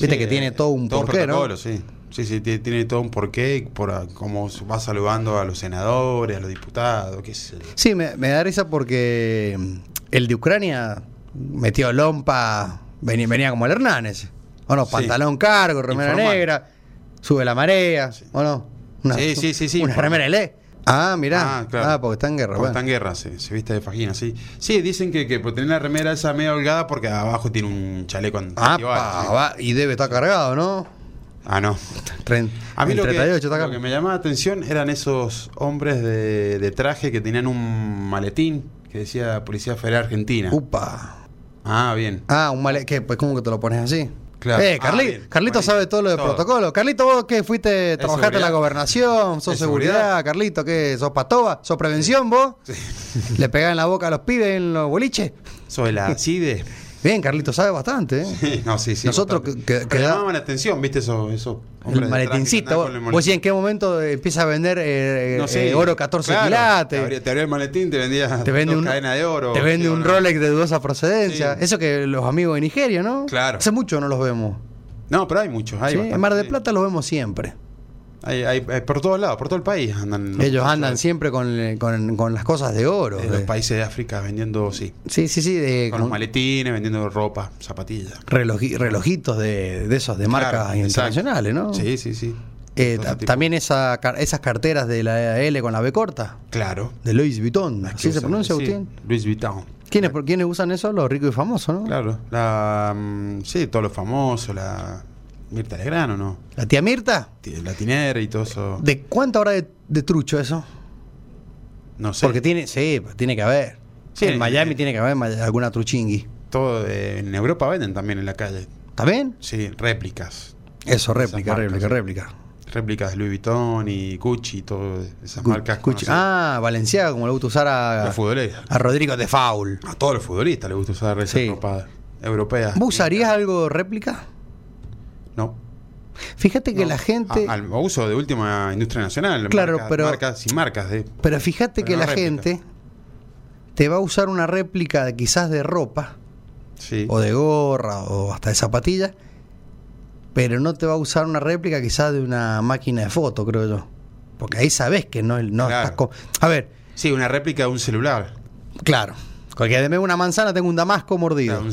Speaker 6: Viste
Speaker 7: Sí,
Speaker 6: que tiene
Speaker 7: eh,
Speaker 6: todo un porqué, ¿no?
Speaker 7: protocolo, Sí, sí, sí, tiene, tiene todo un porqué, por a- cómo va saludando a los senadores, a los diputados, qué sé yo.
Speaker 6: Sí, me, me da risa porque mm, el de Ucrania metió lompa, venía, venía como el Hernández. ¿O no?
Speaker 7: Sí.
Speaker 6: Pantalón cargo, remera
Speaker 7: Informal.
Speaker 6: negra, sube la marea, ¿o no?
Speaker 7: Sí, sí, sí, sí,
Speaker 6: Una
Speaker 7: informal.
Speaker 6: remera L. Ah, mirá.
Speaker 7: Ah,
Speaker 6: Ah,
Speaker 7: claro.
Speaker 6: porque está en guerra.
Speaker 7: Porque
Speaker 6: bueno.
Speaker 7: está en guerra, sí, se viste de fajina, sí. Sí, dicen que, que por tener la remera esa media holgada porque abajo tiene un chaleco
Speaker 6: Ah,
Speaker 7: antibalas,
Speaker 6: pa,
Speaker 7: sí.
Speaker 6: va, y debe estar cargado, ¿no?
Speaker 7: Ah, no.
Speaker 6: Tren-
Speaker 7: A mí
Speaker 6: el
Speaker 7: lo que,
Speaker 6: 38 está
Speaker 7: lo
Speaker 6: cargado.
Speaker 7: que me llamaba la atención eran esos hombres de, de traje que tenían un maletín que decía Policía Federal Argentina.
Speaker 6: Upa.
Speaker 7: Ah, bien.
Speaker 6: Ah, un male... ¿Qué? Pues ¿cómo que te lo pones así?
Speaker 7: Claro.
Speaker 6: Eh, Carli-
Speaker 7: Ah, bien.
Speaker 6: Carlito
Speaker 7: Buenísimo.
Speaker 6: sabe todo lo de
Speaker 7: Todo.
Speaker 6: protocolo. Carlito, vos qué fuiste, trabajaste en la
Speaker 7: seguridad.
Speaker 6: gobernación, sos
Speaker 7: Es
Speaker 6: seguridad.
Speaker 7: seguridad.
Speaker 6: Carlito, ¿qué? ¿Sos patoba? ¿Sos prevención vos? ¿Le pegás en la boca a los pibes en los boliches?
Speaker 7: Sobre la CIDE.
Speaker 6: Bien, Carlito sabe bastante, ¿eh?
Speaker 7: no, sí, sí.
Speaker 6: Nosotros
Speaker 7: bastante.
Speaker 6: que- que-
Speaker 7: Pero
Speaker 6: que da-
Speaker 7: llamaban la atención, ¿viste? Eso, eso,
Speaker 6: El maletincito. Vos, vos decís, en qué momento eh, empieza a vender eh, eh, eh, oro 14
Speaker 7: Te
Speaker 6: quilates.
Speaker 7: abría, te abría el maletín, te vendía
Speaker 6: Te vende
Speaker 7: dos
Speaker 6: un,
Speaker 7: cadena de oro.
Speaker 6: te vende
Speaker 7: sí,
Speaker 6: un
Speaker 7: ¿no?
Speaker 6: Rolex de dudosa procedencia.
Speaker 7: Sí.
Speaker 6: Eso que los amigos de Nigeria, ¿no?
Speaker 7: Claro.
Speaker 6: Hace mucho no los vemos.
Speaker 7: No, pero hay muchos. Hay
Speaker 6: Sí,
Speaker 7: bastante,
Speaker 6: En Mar del
Speaker 7: sí.
Speaker 6: Plata los vemos siempre.
Speaker 7: Hay- hay- hay por todos lados, por todo el país andan. los-
Speaker 6: Ellos andan siempre con, con- con las cosas de oro.
Speaker 7: En los
Speaker 6: eh.
Speaker 7: países de África vendiendo, sí.
Speaker 6: Sí, sí, sí, de
Speaker 7: Con los
Speaker 6: con
Speaker 7: maletines, vendiendo ropa, zapatillas.
Speaker 6: reloji- relojitos de, de esos, de marcas
Speaker 7: Claro, exacto.
Speaker 6: internacionales, ¿no?
Speaker 7: Sí, sí, sí.
Speaker 6: Eh,
Speaker 7: Todo
Speaker 6: ta-
Speaker 7: ese tipo.
Speaker 6: también esa, car- esas carteras de la E L con la B corta,
Speaker 7: Claro.
Speaker 6: de Louis Vuitton.
Speaker 7: Las que
Speaker 6: ¿Así se
Speaker 7: usan,
Speaker 6: pronuncia,
Speaker 7: sí,
Speaker 6: Agustín?
Speaker 7: Louis Vuitton.
Speaker 6: ¿Quiénes, por, ¿Quiénes usan eso? Los ricos y famosos, ¿no?
Speaker 7: Claro. La, mm, sí, todos los famosos, la Mirta Legrano, ¿no?
Speaker 6: La tía Mirta,
Speaker 7: Ti- La Tinera y todo eso.
Speaker 6: ¿de cuánta hora de, de trucho eso?
Speaker 7: No sé.
Speaker 6: Porque tiene, sí, pues, tiene que haber.
Speaker 7: Sí,
Speaker 6: en Miami
Speaker 7: eh,
Speaker 6: tiene que haber ma- alguna truchingui.
Speaker 7: todo eh, en Europa venden también en la calle.
Speaker 6: ¿Está bien?
Speaker 7: Sí, réplicas.
Speaker 6: Eso,
Speaker 7: Esas
Speaker 6: réplica,
Speaker 7: marcas,
Speaker 6: réplica,
Speaker 7: sí.
Speaker 6: réplica.
Speaker 7: Réplicas de Louis Vuitton y Gucci y todas esas
Speaker 6: Gu-
Speaker 7: marcas.
Speaker 6: Gucci.
Speaker 7: conocidas.
Speaker 6: Ah, Valenciaga, como le gusta usar a,
Speaker 7: Los futbolistas.
Speaker 6: a Rodrigo de Faul.
Speaker 7: A todos los futbolistas les gusta usar esa
Speaker 6: Sí.
Speaker 7: ropa europea.
Speaker 6: ¿Vos usarías algo réplica?
Speaker 7: No.
Speaker 6: Fíjate que
Speaker 7: no.
Speaker 6: la gente.
Speaker 7: A- al uso de última industria nacional.
Speaker 6: Claro,
Speaker 7: marcas-
Speaker 6: pero-
Speaker 7: Marcas sin marcas. De,
Speaker 6: pero fíjate
Speaker 7: pero
Speaker 6: que
Speaker 7: no
Speaker 6: la
Speaker 7: réplica.
Speaker 6: gente te va a usar una réplica quizás de ropa,
Speaker 7: sí.
Speaker 6: o de gorra, o hasta de zapatillas, pero no te va a usar una réplica quizás de una máquina de foto, creo yo. Porque ahí sabes que no, no
Speaker 7: Claro.
Speaker 6: estás. co- A ver,
Speaker 7: Sí, una réplica de un celular.
Speaker 6: claro. Cualquiera de una manzana tengo un damasco mordido.
Speaker 7: Claro, Un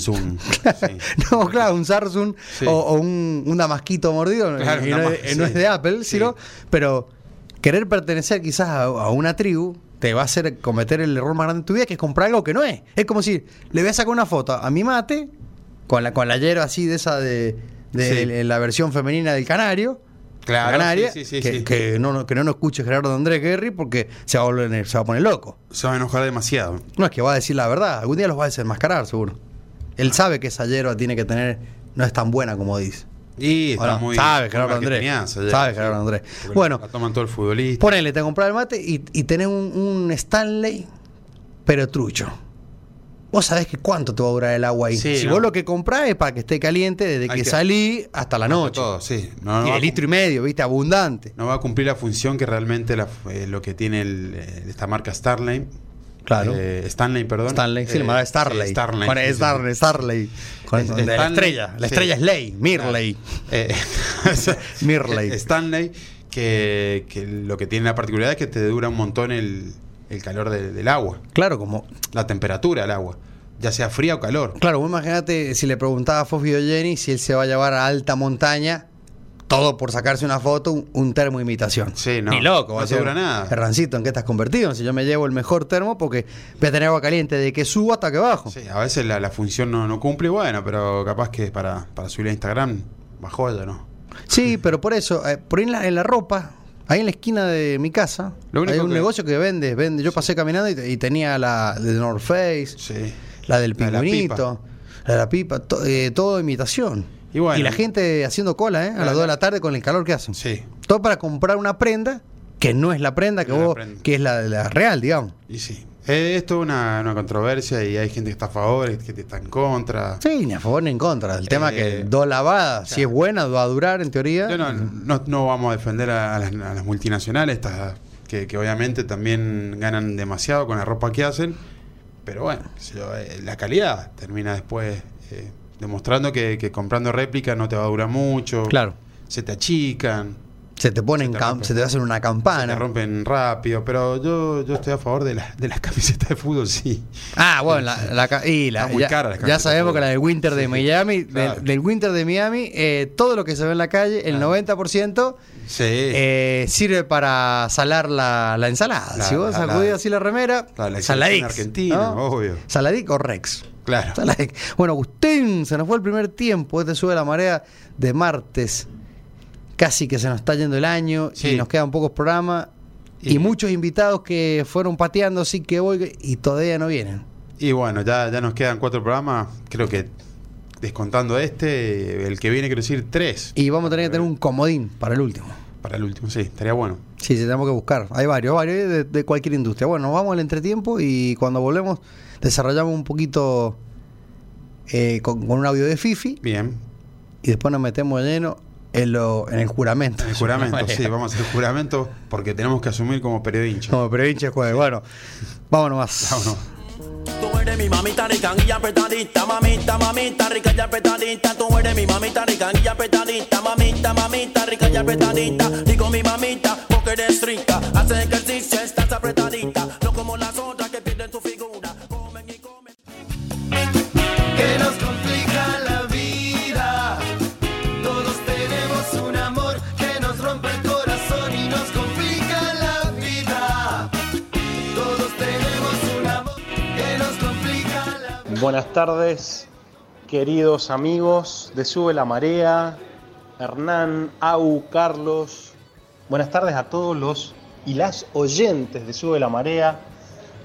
Speaker 7: Samsung. Sí.
Speaker 6: No, claro, un Samsung
Speaker 7: Sí.
Speaker 6: o, o un, un damasquito mordido,
Speaker 7: Claro,
Speaker 6: y no,
Speaker 7: damas-
Speaker 6: es, no
Speaker 7: sí.
Speaker 6: es de Apple,
Speaker 7: Sí.
Speaker 6: sino, pero querer pertenecer quizás a, a una tribu te va a hacer cometer el error más grande de tu vida, que es comprar algo que no es. Es como si le voy a sacar una foto a mi mate con la, con la hierba así de esa de, de-
Speaker 7: Sí.
Speaker 6: de- de la versión femenina del canario.
Speaker 7: Claro,
Speaker 6: canaria,
Speaker 7: sí, sí, sí,
Speaker 6: que,
Speaker 7: sí.
Speaker 6: que no, no- que no nos escuche Gerardo Andrés Guerri porque se va, a volver- se va a poner loco.
Speaker 7: Se va a enojar demasiado.
Speaker 6: No, es que va a decir la verdad. Algún día los va a desenmascarar, seguro. Él sabe que esa hierba tiene que tener. No es tan buena como dice.
Speaker 7: Y está
Speaker 6: Ahora,
Speaker 7: muy.
Speaker 6: sabe,
Speaker 7: muy
Speaker 6: Gerardo Andrés.
Speaker 7: marketingazo ya.
Speaker 6: Sabe,
Speaker 7: Sí.
Speaker 6: Gerardo Andrés.
Speaker 7: Porque
Speaker 6: Bueno,
Speaker 7: La toman todo el futbolista.
Speaker 6: ponele, te compras el mate y, y tenés un, un Stanley, pero trucho. Vos sabés que cuánto te va a durar el agua ahí.
Speaker 7: Sí,
Speaker 6: si
Speaker 7: ¿no?
Speaker 6: vos lo que comprás es para que esté caliente desde
Speaker 7: Hay
Speaker 6: que,
Speaker 7: que-
Speaker 6: salí hasta la noche.
Speaker 7: Todo, sí. No, no
Speaker 6: y
Speaker 7: va a
Speaker 6: el litro y medio, viste, abundante.
Speaker 7: no va a cumplir la función que realmente la- eh, lo que tiene el, eh, esta marca Starlane.
Speaker 6: Claro.
Speaker 7: Eh, Stanley, perdón.
Speaker 6: Stanley, sí,
Speaker 7: Eh,
Speaker 6: le mandaba Starley.
Speaker 7: sí, Starley.
Speaker 6: Con
Speaker 7: sí, sí.
Speaker 6: Starley, Starley. Con- de
Speaker 7: Es-
Speaker 6: la
Speaker 7: Stanley,
Speaker 6: estrella. La
Speaker 7: sí.
Speaker 6: estrella es Ley, Mirley.
Speaker 7: Eh,
Speaker 6: Mirley.
Speaker 7: Stanley, que, que lo que tiene la particularidad es que te dura un montón el, el calor de- del agua,
Speaker 6: Claro, como.
Speaker 7: la temperatura del agua, ya sea fría o calor.
Speaker 6: Claro, vos imagínate si le preguntaba a Fofio Jenny si él se va a llevar a alta montaña, todo por sacarse una foto, un, un termo imitación.
Speaker 7: Sí, no.
Speaker 6: Ni loco,
Speaker 7: No
Speaker 6: va a ser,
Speaker 7: dura nada.
Speaker 6: Herrancito, ¿en qué estás convertido? Si yo me llevo el mejor termo porque voy a tener agua caliente de que subo hasta que bajo.
Speaker 7: Sí, a veces la, la función no, no cumple, bueno, pero capaz que para, para subir a Instagram, bajó ya, ¿no?
Speaker 6: Sí, pero por eso, eh, por ahí en la, en la ropa, ahí en la esquina de mi casa,
Speaker 7: Lo único
Speaker 6: hay un
Speaker 7: que-
Speaker 6: negocio que vende, vende. Yo pasé caminando y, y tenía la de North Face,
Speaker 7: Sí.
Speaker 6: la del
Speaker 7: La de la pipa.
Speaker 6: pingüinito, la de la pipa, to- eh, todo imitación.
Speaker 7: Y bueno.
Speaker 6: Y la gente haciendo cola, ¿eh? A
Speaker 7: La-
Speaker 6: las 2 de la tarde con el calor que hacen.
Speaker 7: Sí,
Speaker 6: Todo para comprar una prenda que no es la prenda que
Speaker 7: No es la
Speaker 6: vos,
Speaker 7: prenda.
Speaker 6: que es la, la real, digamos.
Speaker 7: y sí. Eh, esto es una, una controversia y hay gente que está a favor, gente que está en contra.
Speaker 6: Sí, ni a favor ni en contra. El tema
Speaker 7: Eh,
Speaker 6: que dos lavadas, si es buena, va a durar en teoría.
Speaker 7: Yo no, no- no vamos a defender a, a las, a las multinacionales, estas que, que obviamente también ganan demasiado con la ropa que hacen, pero bueno, qué sé yo, eh, la calidad termina después eh, demostrando que, que comprando réplica no te va a durar mucho,
Speaker 6: Claro.
Speaker 7: se te achican,
Speaker 6: Se te ponen,
Speaker 7: te
Speaker 6: cam-
Speaker 7: rompe.
Speaker 6: se te va a hacer una
Speaker 7: se te
Speaker 6: campana.
Speaker 7: rompen rápido, pero yo, yo estoy a favor de, las de las camisetas de fútbol, sí.
Speaker 6: Ah, bueno, la, la ca- y la-
Speaker 7: Está muy
Speaker 6: ya,
Speaker 7: cara la
Speaker 6: ya
Speaker 7: camiseta
Speaker 6: sabemos
Speaker 7: de
Speaker 6: que la del Winter de
Speaker 7: Sí,
Speaker 6: Miami,
Speaker 7: claro.
Speaker 6: del, del Winter de Miami, eh, todo lo que se ve en la calle, el
Speaker 7: Claro.
Speaker 6: 90%
Speaker 7: Sí.
Speaker 6: eh, sirve para salar la, la ensalada.
Speaker 7: La-
Speaker 6: si vos
Speaker 7: la-
Speaker 6: sacudís
Speaker 7: la-
Speaker 6: así la remera,
Speaker 7: la- la
Speaker 6: saladix.
Speaker 7: selección argentina,
Speaker 6: ¿no?
Speaker 7: obvio.
Speaker 6: Saladix o Rex.
Speaker 7: Claro.
Speaker 6: Saladix. Bueno, Agustín, se nos fue el primer tiempo. Este sube la marea de martes. Casi que se nos está yendo el año
Speaker 7: Sí.
Speaker 6: y nos quedan pocos programas. Y,
Speaker 7: Y-
Speaker 6: muchos invitados que fueron pateando, así que voy y todavía no vienen.
Speaker 7: Y bueno, ya, ya nos quedan cuatro programas, creo que descontando este, el que viene quiero decir tres.
Speaker 6: Y vamos a tener que tener un comodín para el último.
Speaker 7: Para el último, sí, estaría bueno.
Speaker 6: Sí, sí, tenemos que buscar. Hay varios, varios eh, de, de cualquier industria. Bueno, nos vamos al entretiempo y cuando volvemos desarrollamos un poquito eh, con, con un audio de Fifi
Speaker 7: Bien.
Speaker 6: y después nos metemos de lleno en, lo, en el juramento.
Speaker 7: El juramento, sí, vamos a hacer el juramento porque tenemos que asumir como periodincha. Ah,
Speaker 6: Como pero hinche juegue. Bueno, vámonos más.
Speaker 7: Vámonos.
Speaker 8: The way
Speaker 9: eres mi mamita rica y apretadita, mamita, mamita rica y apretadita. Tú eres mi mamita rica y apretadita, mamita, mamita rica y apretadita. Digo mi mamita porque eres rica, hace ejercicio, estás apretadita, no como las otras que pierden su figura. Comen y comen.
Speaker 1: que nos complica la vida. Todos tenemos un amor que nos rompe el corazón y nos complica la vida. Todos tenemos un amor que nos complica la
Speaker 8: Buenas tardes, queridos amigos de Sube la Marea, Hernán, Au, Carlos. Buenas tardes a todos los y las oyentes de Sube la Marea.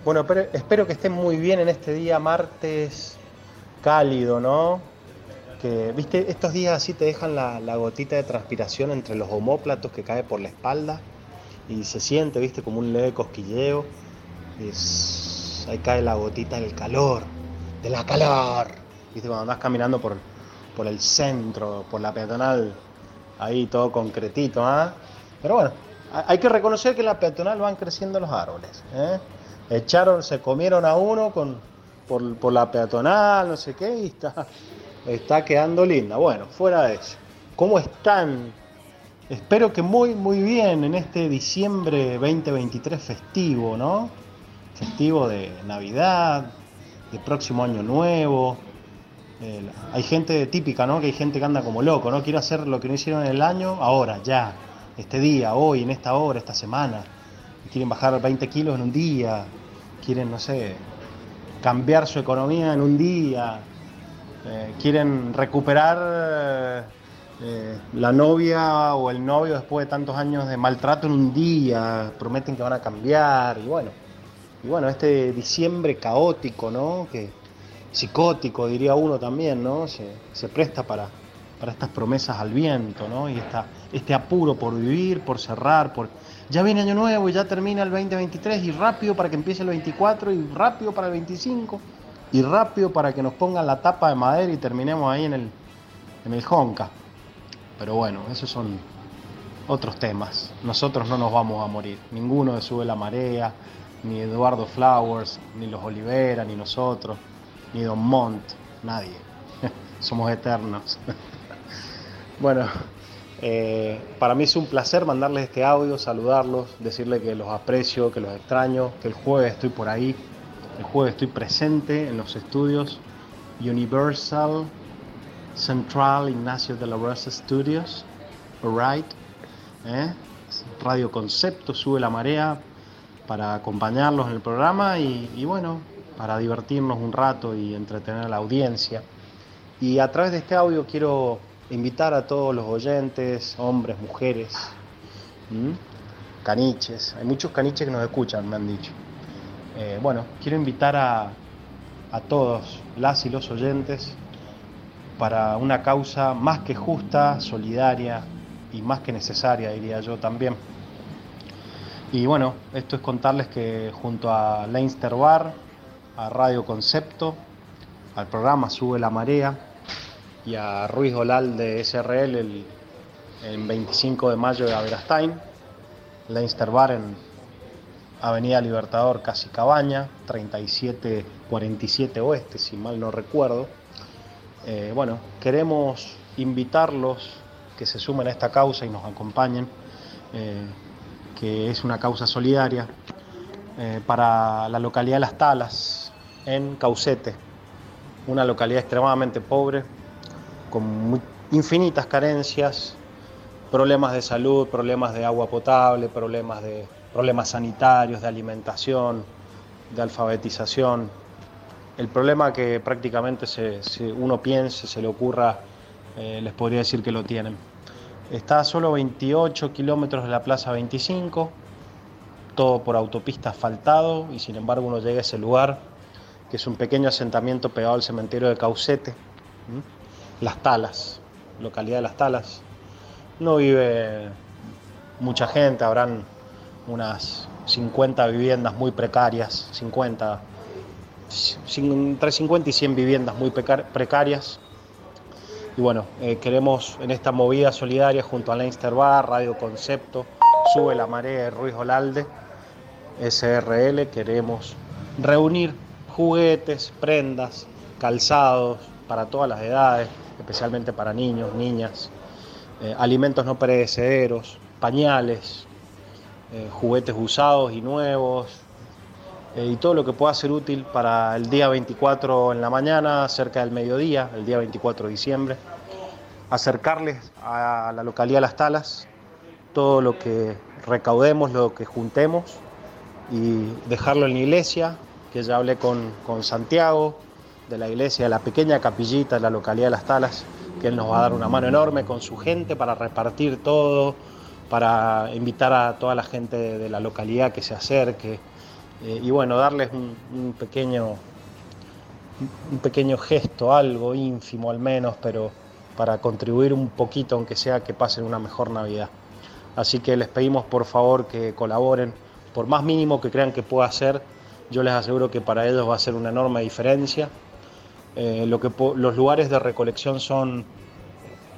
Speaker 8: Bueno, pero espero que estén muy bien en este día martes cálido, ¿no? Que, viste, estos días así te dejan la, la gotita de transpiración entre los homóplatos que cae por la espalda y se siente, viste, como un leve cosquilleo. Y es- ahí cae la gotita del calor de la calor. Viste, cuando andás caminando por, por el centro, por la peatonal, ahí todo concretito, ¿ah? Pero bueno, ha- hay que reconocer que en la peatonal van creciendo los árboles, ¿eh? Echaron, se comieron a uno con, por, por la peatonal, no sé qué, y está, está quedando linda. Bueno, fuera de eso. ¿Cómo están? Espero que muy, muy bien en este diciembre 2023 festivo, ¿no? Festivo de Navidad, el próximo año nuevo. El- hay gente típica, ¿no? Que hay gente que anda como loco, ¿no? Quiero hacer lo que no hicieron en el año, ahora, ya, este día, hoy, en esta hora, esta semana. Quieren bajar 20 kilos en un día, quieren, no sé, cambiar su economía en un día, eh, quieren recuperar eh, la novia o el novio después de tantos años de maltrato en un día, prometen que van a cambiar y bueno. Y bueno, este diciembre caótico, ¿no? Que psicótico, diría uno también, ¿no? Se, se presta para, para estas promesas al viento, ¿no? Y esta, este apuro por vivir, por cerrar, por... Ya viene año nuevo y ya termina el 2023 y rápido para que empiece el 24 y rápido para el 25 y rápido para que nos pongan la tapa de madera y terminemos ahí en el, en el Honka. Pero bueno, esos son otros temas. Nosotros no nos vamos a morir. Ninguno de Sube la Marea, ni Eduardo Flowers, ni los Olivera, ni nosotros, ni Don Mont, nadie. Somos eternos. bueno, eh, para mí es un placer mandarles este audio, saludarlos, decirles que los aprecio, que los extraño, que el jueves estoy por ahí, el jueves estoy presente en los estudios Universal Central Ignacio de la Rosa Studios, alright, ¿eh? Radio Concepto, sube la marea para acompañarlos en el programa y, y bueno, para divertirnos un rato y entretener a la audiencia. Y a través de este audio quiero invitar a todos los oyentes, hombres, mujeres, ¿m? caniches, hay muchos caniches que nos escuchan, me han dicho. Eh, bueno, quiero invitar a, a todos las y los oyentes para una causa más que justa, solidaria y más que necesaria, diría yo también. Y bueno, esto es contarles que junto a Leinster Bar, a Radio Concepto, al programa Sube la Marea y a Ruiz Dolal de SRL el, el 25 de mayo de Averastain, Leinster Bar en Avenida Libertador Casi Cabaña, 3747 Oeste, si mal no recuerdo. Eh, bueno, queremos invitarlos que se sumen a esta causa y nos acompañen, eh, que es una causa solidaria eh, para la localidad de Las Talas, en Caucete, una localidad extremadamente pobre, con mu- infinitas carencias, problemas de salud, problemas de agua potable, problemas, de, problemas sanitarios, de alimentación, de alfabetización, el problema que prácticamente se, se- uno piense, se le ocurra, eh, les podría decir que lo tienen. Está a solo 28 kilómetros de la Plaza 25, todo por autopista asfaltado y sin embargo uno llega a ese lugar, que es un pequeño asentamiento pegado al cementerio de Caucete, ¿m? Las Talas, localidad de Las Talas. No vive mucha gente, habrán unas 50 viviendas muy precarias, 50 cin- entre 50 y 100 viviendas muy pecar- precarias. Y bueno, eh, queremos en esta movida solidaria junto a Leinster Bar, Radio Concepto, Sube la Marea de Ruiz Olalde, SRL, queremos reunir
Speaker 10: juguetes, prendas, calzados para todas las edades, especialmente para niños, niñas, eh, alimentos no perecederos, pañales, eh, juguetes usados y nuevos, eh, y todo lo que pueda ser útil para el día 24 en la mañana, cerca del mediodía, el día 24 de diciembre, acercarles a la localidad Las Talas todo lo que recaudemos, lo que juntemos y dejarlo en la iglesia, que ya hablé con, con Santiago de la iglesia, de la pequeña capillita de la localidad de Las Talas, que él nos va a dar una mano enorme con su gente para repartir todo, para invitar a toda la gente de la localidad que se acerque eh, y bueno, darles un, un pequeño un pequeño gesto, algo ínfimo al menos, pero para contribuir un poquito, aunque sea que pasen una mejor Navidad. Así que les pedimos por favor que colaboren, por más mínimo que crean que pueda ser, yo les aseguro que para ellos va a ser una enorme diferencia. Eh, lo que po- los lugares de recolección son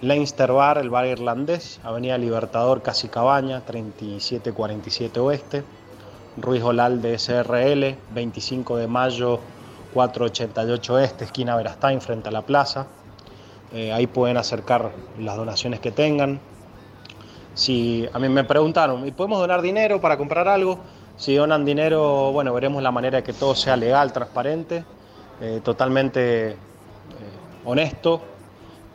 Speaker 10: Leinster Bar, el bar irlandés, Avenida Libertador, Casi Cabaña, 3747 Oeste, Ruiz Olalde SRL, 25 de mayo, 488 Este, esquina Verastain, frente a la plaza. Eh, ahí pueden acercar las donaciones que tengan. Si a mí me preguntaron, ¿y podemos donar dinero para comprar algo? Si donan dinero, bueno, veremos la manera de que todo sea legal, transparente, eh, totalmente eh, honesto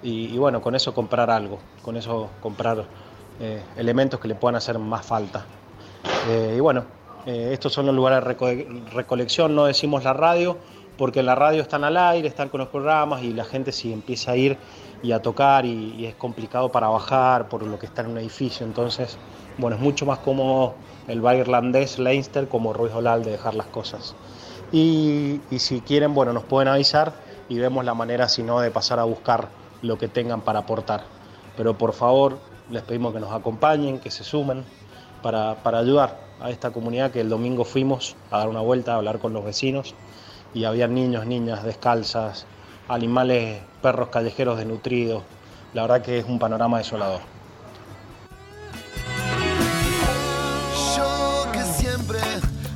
Speaker 10: y, y bueno, con eso comprar algo, con eso comprar eh, elementos que le puedan hacer más falta. Eh, y bueno, eh, estos son los lugares de reco- recolección, no decimos la radio, porque en la radio están al aire, están con los programas y la gente si empieza a ir y a tocar y, y es complicado para bajar por lo que está en un edificio, entonces, bueno, es mucho más cómodo el bar irlandés Leinster como Ruiz Olal de dejar las cosas. Y, y si quieren, bueno, nos pueden avisar y vemos la manera, si no, de pasar a buscar lo que tengan para aportar. Pero por favor, les pedimos que nos acompañen, que se sumen para, para ayudar a esta comunidad que el domingo fuimos a dar una vuelta, a hablar con los vecinos y había niños, niñas descalzas, animales, perros callejeros desnutridos. La verdad que es un panorama desolador.
Speaker 11: Yo que siempre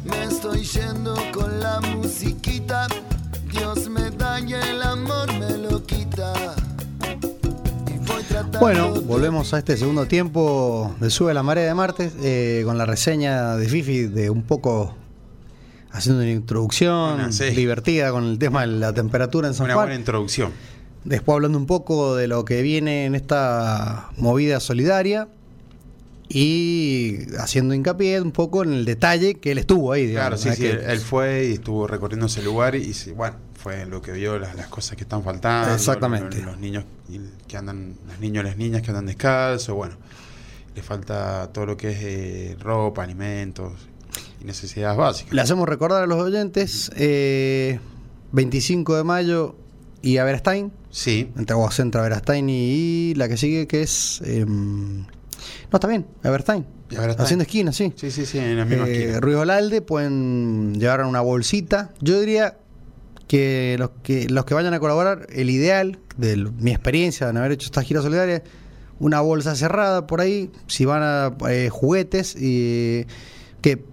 Speaker 11: me estoy yendo con la musiquita. Dios me da y el amor me lo quita. Y voy tratando
Speaker 6: Bueno, volvemos a este segundo tiempo de Sube la Marea de martes eh, con la reseña de Fifi de un poco haciendo una introducción
Speaker 7: Una, sí.
Speaker 6: divertida con el tema de la temperatura en San
Speaker 7: Una
Speaker 6: Juan.
Speaker 7: buena introducción.
Speaker 6: Después hablando un poco de lo que viene en esta movida solidaria y haciendo hincapié un poco en el detalle que él estuvo ahí. digamos,
Speaker 7: Claro, sí,
Speaker 6: ¿no?
Speaker 7: sí,
Speaker 6: Que-
Speaker 7: él, él fue y estuvo recorriendo ese lugar y sí, bueno, fue lo que vio las, las cosas que están faltando.
Speaker 6: Exactamente.
Speaker 7: Los, los niños y- que andan, los niños y las niñas que andan descalzos, bueno, le falta todo lo que es eh, ropa, alimentos y necesidades básicas.
Speaker 6: Le hacemos recordar a los oyentes, eh, 25 de mayo y a Verstein.
Speaker 7: Sí.
Speaker 6: Entre vos entra Verstein y, y la que sigue que es... em, no, está bien, a Verstein.
Speaker 7: Y ahora está-
Speaker 6: Haciendo esquina, sí.
Speaker 7: Sí, sí, sí, en la misma
Speaker 6: Eh,
Speaker 7: esquina.
Speaker 6: Ruiz Olalde pueden llevar una bolsita. Yo diría que los que los que vayan a colaborar, el ideal de l- mi experiencia de haber hecho esta gira solidaria, una bolsa cerrada por ahí, si van a eh, juguetes y que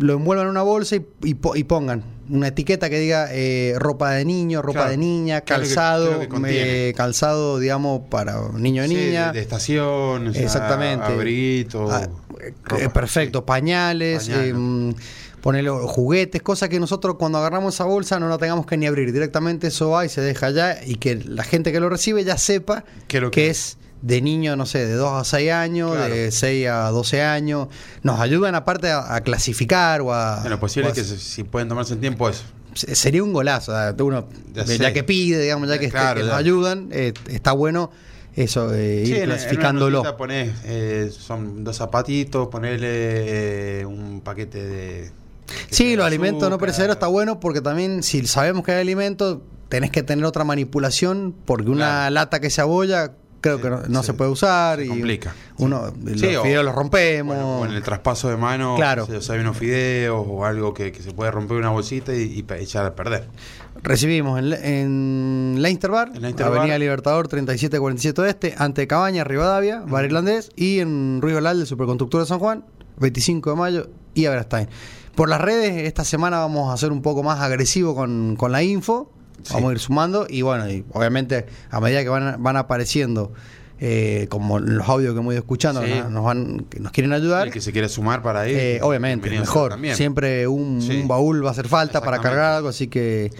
Speaker 6: lo envuelvan en una bolsa y, y po- y pongan una etiqueta que diga eh, ropa de niño, ropa
Speaker 7: Claro,
Speaker 6: de niña,
Speaker 7: ¿qué es lo que- qué es
Speaker 6: calzado,
Speaker 7: lo que contiene?
Speaker 6: eh, calzado, digamos, para niño o
Speaker 7: Sí, de-
Speaker 6: niña.
Speaker 7: de, estación, o sea,
Speaker 6: Exactamente.
Speaker 7: abriguito,
Speaker 6: Ah, Eh,
Speaker 7: ropa.
Speaker 6: perfecto, pañales,
Speaker 7: Pañal,
Speaker 6: eh, mm, ponele juguetes, cosas que nosotros cuando agarramos esa bolsa no la tengamos que ni abrir. Directamente eso va y se deja allá y que la gente que lo recibe ya sepa
Speaker 7: ¿Qué es lo
Speaker 6: que,
Speaker 7: que-
Speaker 6: es de niño, no sé, de 2 a 6 años,
Speaker 7: Claro.
Speaker 6: de 6 a 12 años. Nos ayudan aparte a, a clasificar o a...
Speaker 7: En lo posible
Speaker 6: o a-
Speaker 7: que se- pues si pueden tomarse el tiempo eso.
Speaker 6: se- Sería un golazo, ah, uno,
Speaker 7: Ya
Speaker 6: ya,
Speaker 7: sé.
Speaker 6: que pide, digamos, ya que, este-
Speaker 7: Claro,
Speaker 6: que
Speaker 7: ya.
Speaker 6: nos ayudan, eh, está bueno eso, eh,
Speaker 7: Sí,
Speaker 6: ir
Speaker 7: en- en una
Speaker 6: clasificándolo.
Speaker 7: notita ponés, eh, son dos zapatitos, ponerle un paquete de. que
Speaker 6: Sí,
Speaker 7: tenga
Speaker 6: los alimentos no
Speaker 7: azúcar.
Speaker 6: perecederos está bueno porque también si sabemos que hay alimentos, tenés que tener otra manipulación porque una
Speaker 7: Claro.
Speaker 6: lata que se abolla creo que no, no se, puede usar
Speaker 7: se
Speaker 6: y
Speaker 7: complica.
Speaker 6: uno
Speaker 7: Sí,
Speaker 6: los
Speaker 7: o-
Speaker 6: fideos los rompemos.
Speaker 7: Bueno, con el traspaso de mano,
Speaker 6: Claro.
Speaker 7: se- hay unos fideos o algo que, que se puede romper una bolsita y, y pe- echar a perder.
Speaker 6: Recibimos en, en Leinster Bar,
Speaker 7: En Leinster
Speaker 6: Avenida
Speaker 7: Bar.
Speaker 6: Libertador 3747 Oeste, ante Cabaña, Rivadavia, Bar Irlandés y en Río Olalde, Superconductor de San Juan, 25 de mayo y Abrastain. Por las redes, esta semana vamos a ser un poco más agresivo con, con la info. Vamos a ir sumando y bueno, y obviamente a medida que van, van apareciendo, eh, como los audios que hemos ido escuchando,
Speaker 7: Sí.
Speaker 6: na- nos, van, que nos quieren ayudar.
Speaker 7: El que se quiere sumar para ahí.
Speaker 6: Eh, obviamente,
Speaker 7: bienvenido
Speaker 6: mejor.
Speaker 7: también.
Speaker 6: Siempre un,
Speaker 7: Sí.
Speaker 6: un baúl va a hacer falta para cargar algo, así que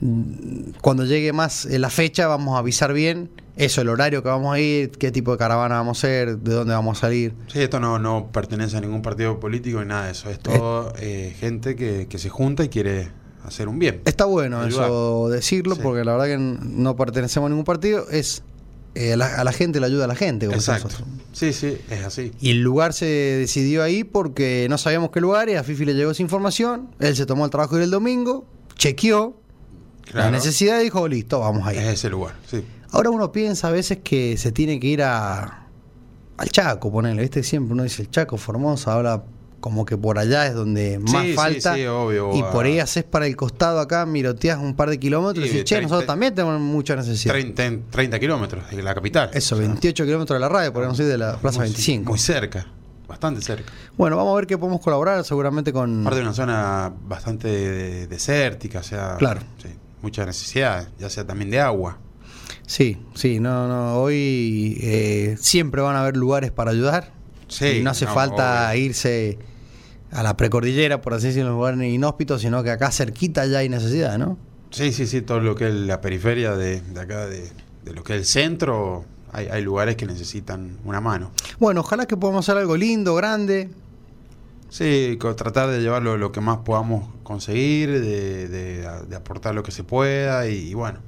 Speaker 6: mm, cuando llegue más eh, la fecha vamos a avisar bien eso, el horario que vamos a ir, qué tipo de caravana vamos a hacer, de dónde vamos a salir.
Speaker 7: Sí, esto no, no pertenece a ningún partido político ni nada de eso. Es todo eh, gente que, que se junta y quiere hacer un bien.
Speaker 6: Está bueno
Speaker 7: Ayudar.
Speaker 6: eso decirlo, porque la verdad que n- no pertenecemos a ningún partido, es eh, a la- a la gente le ayuda a la gente. como
Speaker 7: Exacto.
Speaker 6: nosotros.
Speaker 7: Sí, sí, es así.
Speaker 6: Y el lugar se decidió ahí porque no sabíamos qué lugar y a Fifi le llegó esa información, él se tomó el trabajo de ir el domingo, chequeó, La
Speaker 7: Claro.
Speaker 6: necesidad dijo, listo, vamos ahí.
Speaker 7: Es ese lugar, sí.
Speaker 6: Ahora uno piensa a veces que se tiene que ir a, al Chaco, ponele, ¿viste? Siempre uno dice el Chaco, Formosa, ahora como que por allá es donde más
Speaker 7: Sí, sí,
Speaker 6: falta.
Speaker 7: sí, obvio,
Speaker 6: y
Speaker 7: a-
Speaker 6: por ahí haces para el costado acá, miroteas un par de kilómetros y
Speaker 7: Sí,
Speaker 6: decís, che,
Speaker 7: 30
Speaker 6: nosotros también tenemos mucha necesidad.
Speaker 7: 30, 30 kilómetros de la capital.
Speaker 6: Eso, 28 kilómetros de la radio, porque no soy de la Plaza Mm. 25.
Speaker 7: Muy cerca, bastante cerca.
Speaker 6: Bueno, vamos a ver qué podemos colaborar seguramente con...
Speaker 7: Aparte de una zona bastante de- desértica, o sea,
Speaker 6: Claro.
Speaker 7: sí, muchas necesidades, ya sea también de agua.
Speaker 6: Sí, sí, no, no, hoy eh, siempre van a haber lugares para ayudar.
Speaker 7: Sí,
Speaker 6: y no hace
Speaker 7: no,
Speaker 6: falta irse a la precordillera, por así decirlo, en lugares inhóspitos, sino que acá cerquita ya hay necesidad, ¿no?
Speaker 7: Sí, sí, sí, todo lo que es la periferia de, de acá, de, de lo que es el centro, hay, hay lugares que necesitan una mano.
Speaker 6: Bueno, ojalá que podamos hacer algo lindo, grande.
Speaker 7: Sí, co- tratar de llevar lo, lo que más podamos conseguir, de, de- de aportar lo que se pueda y, y bueno,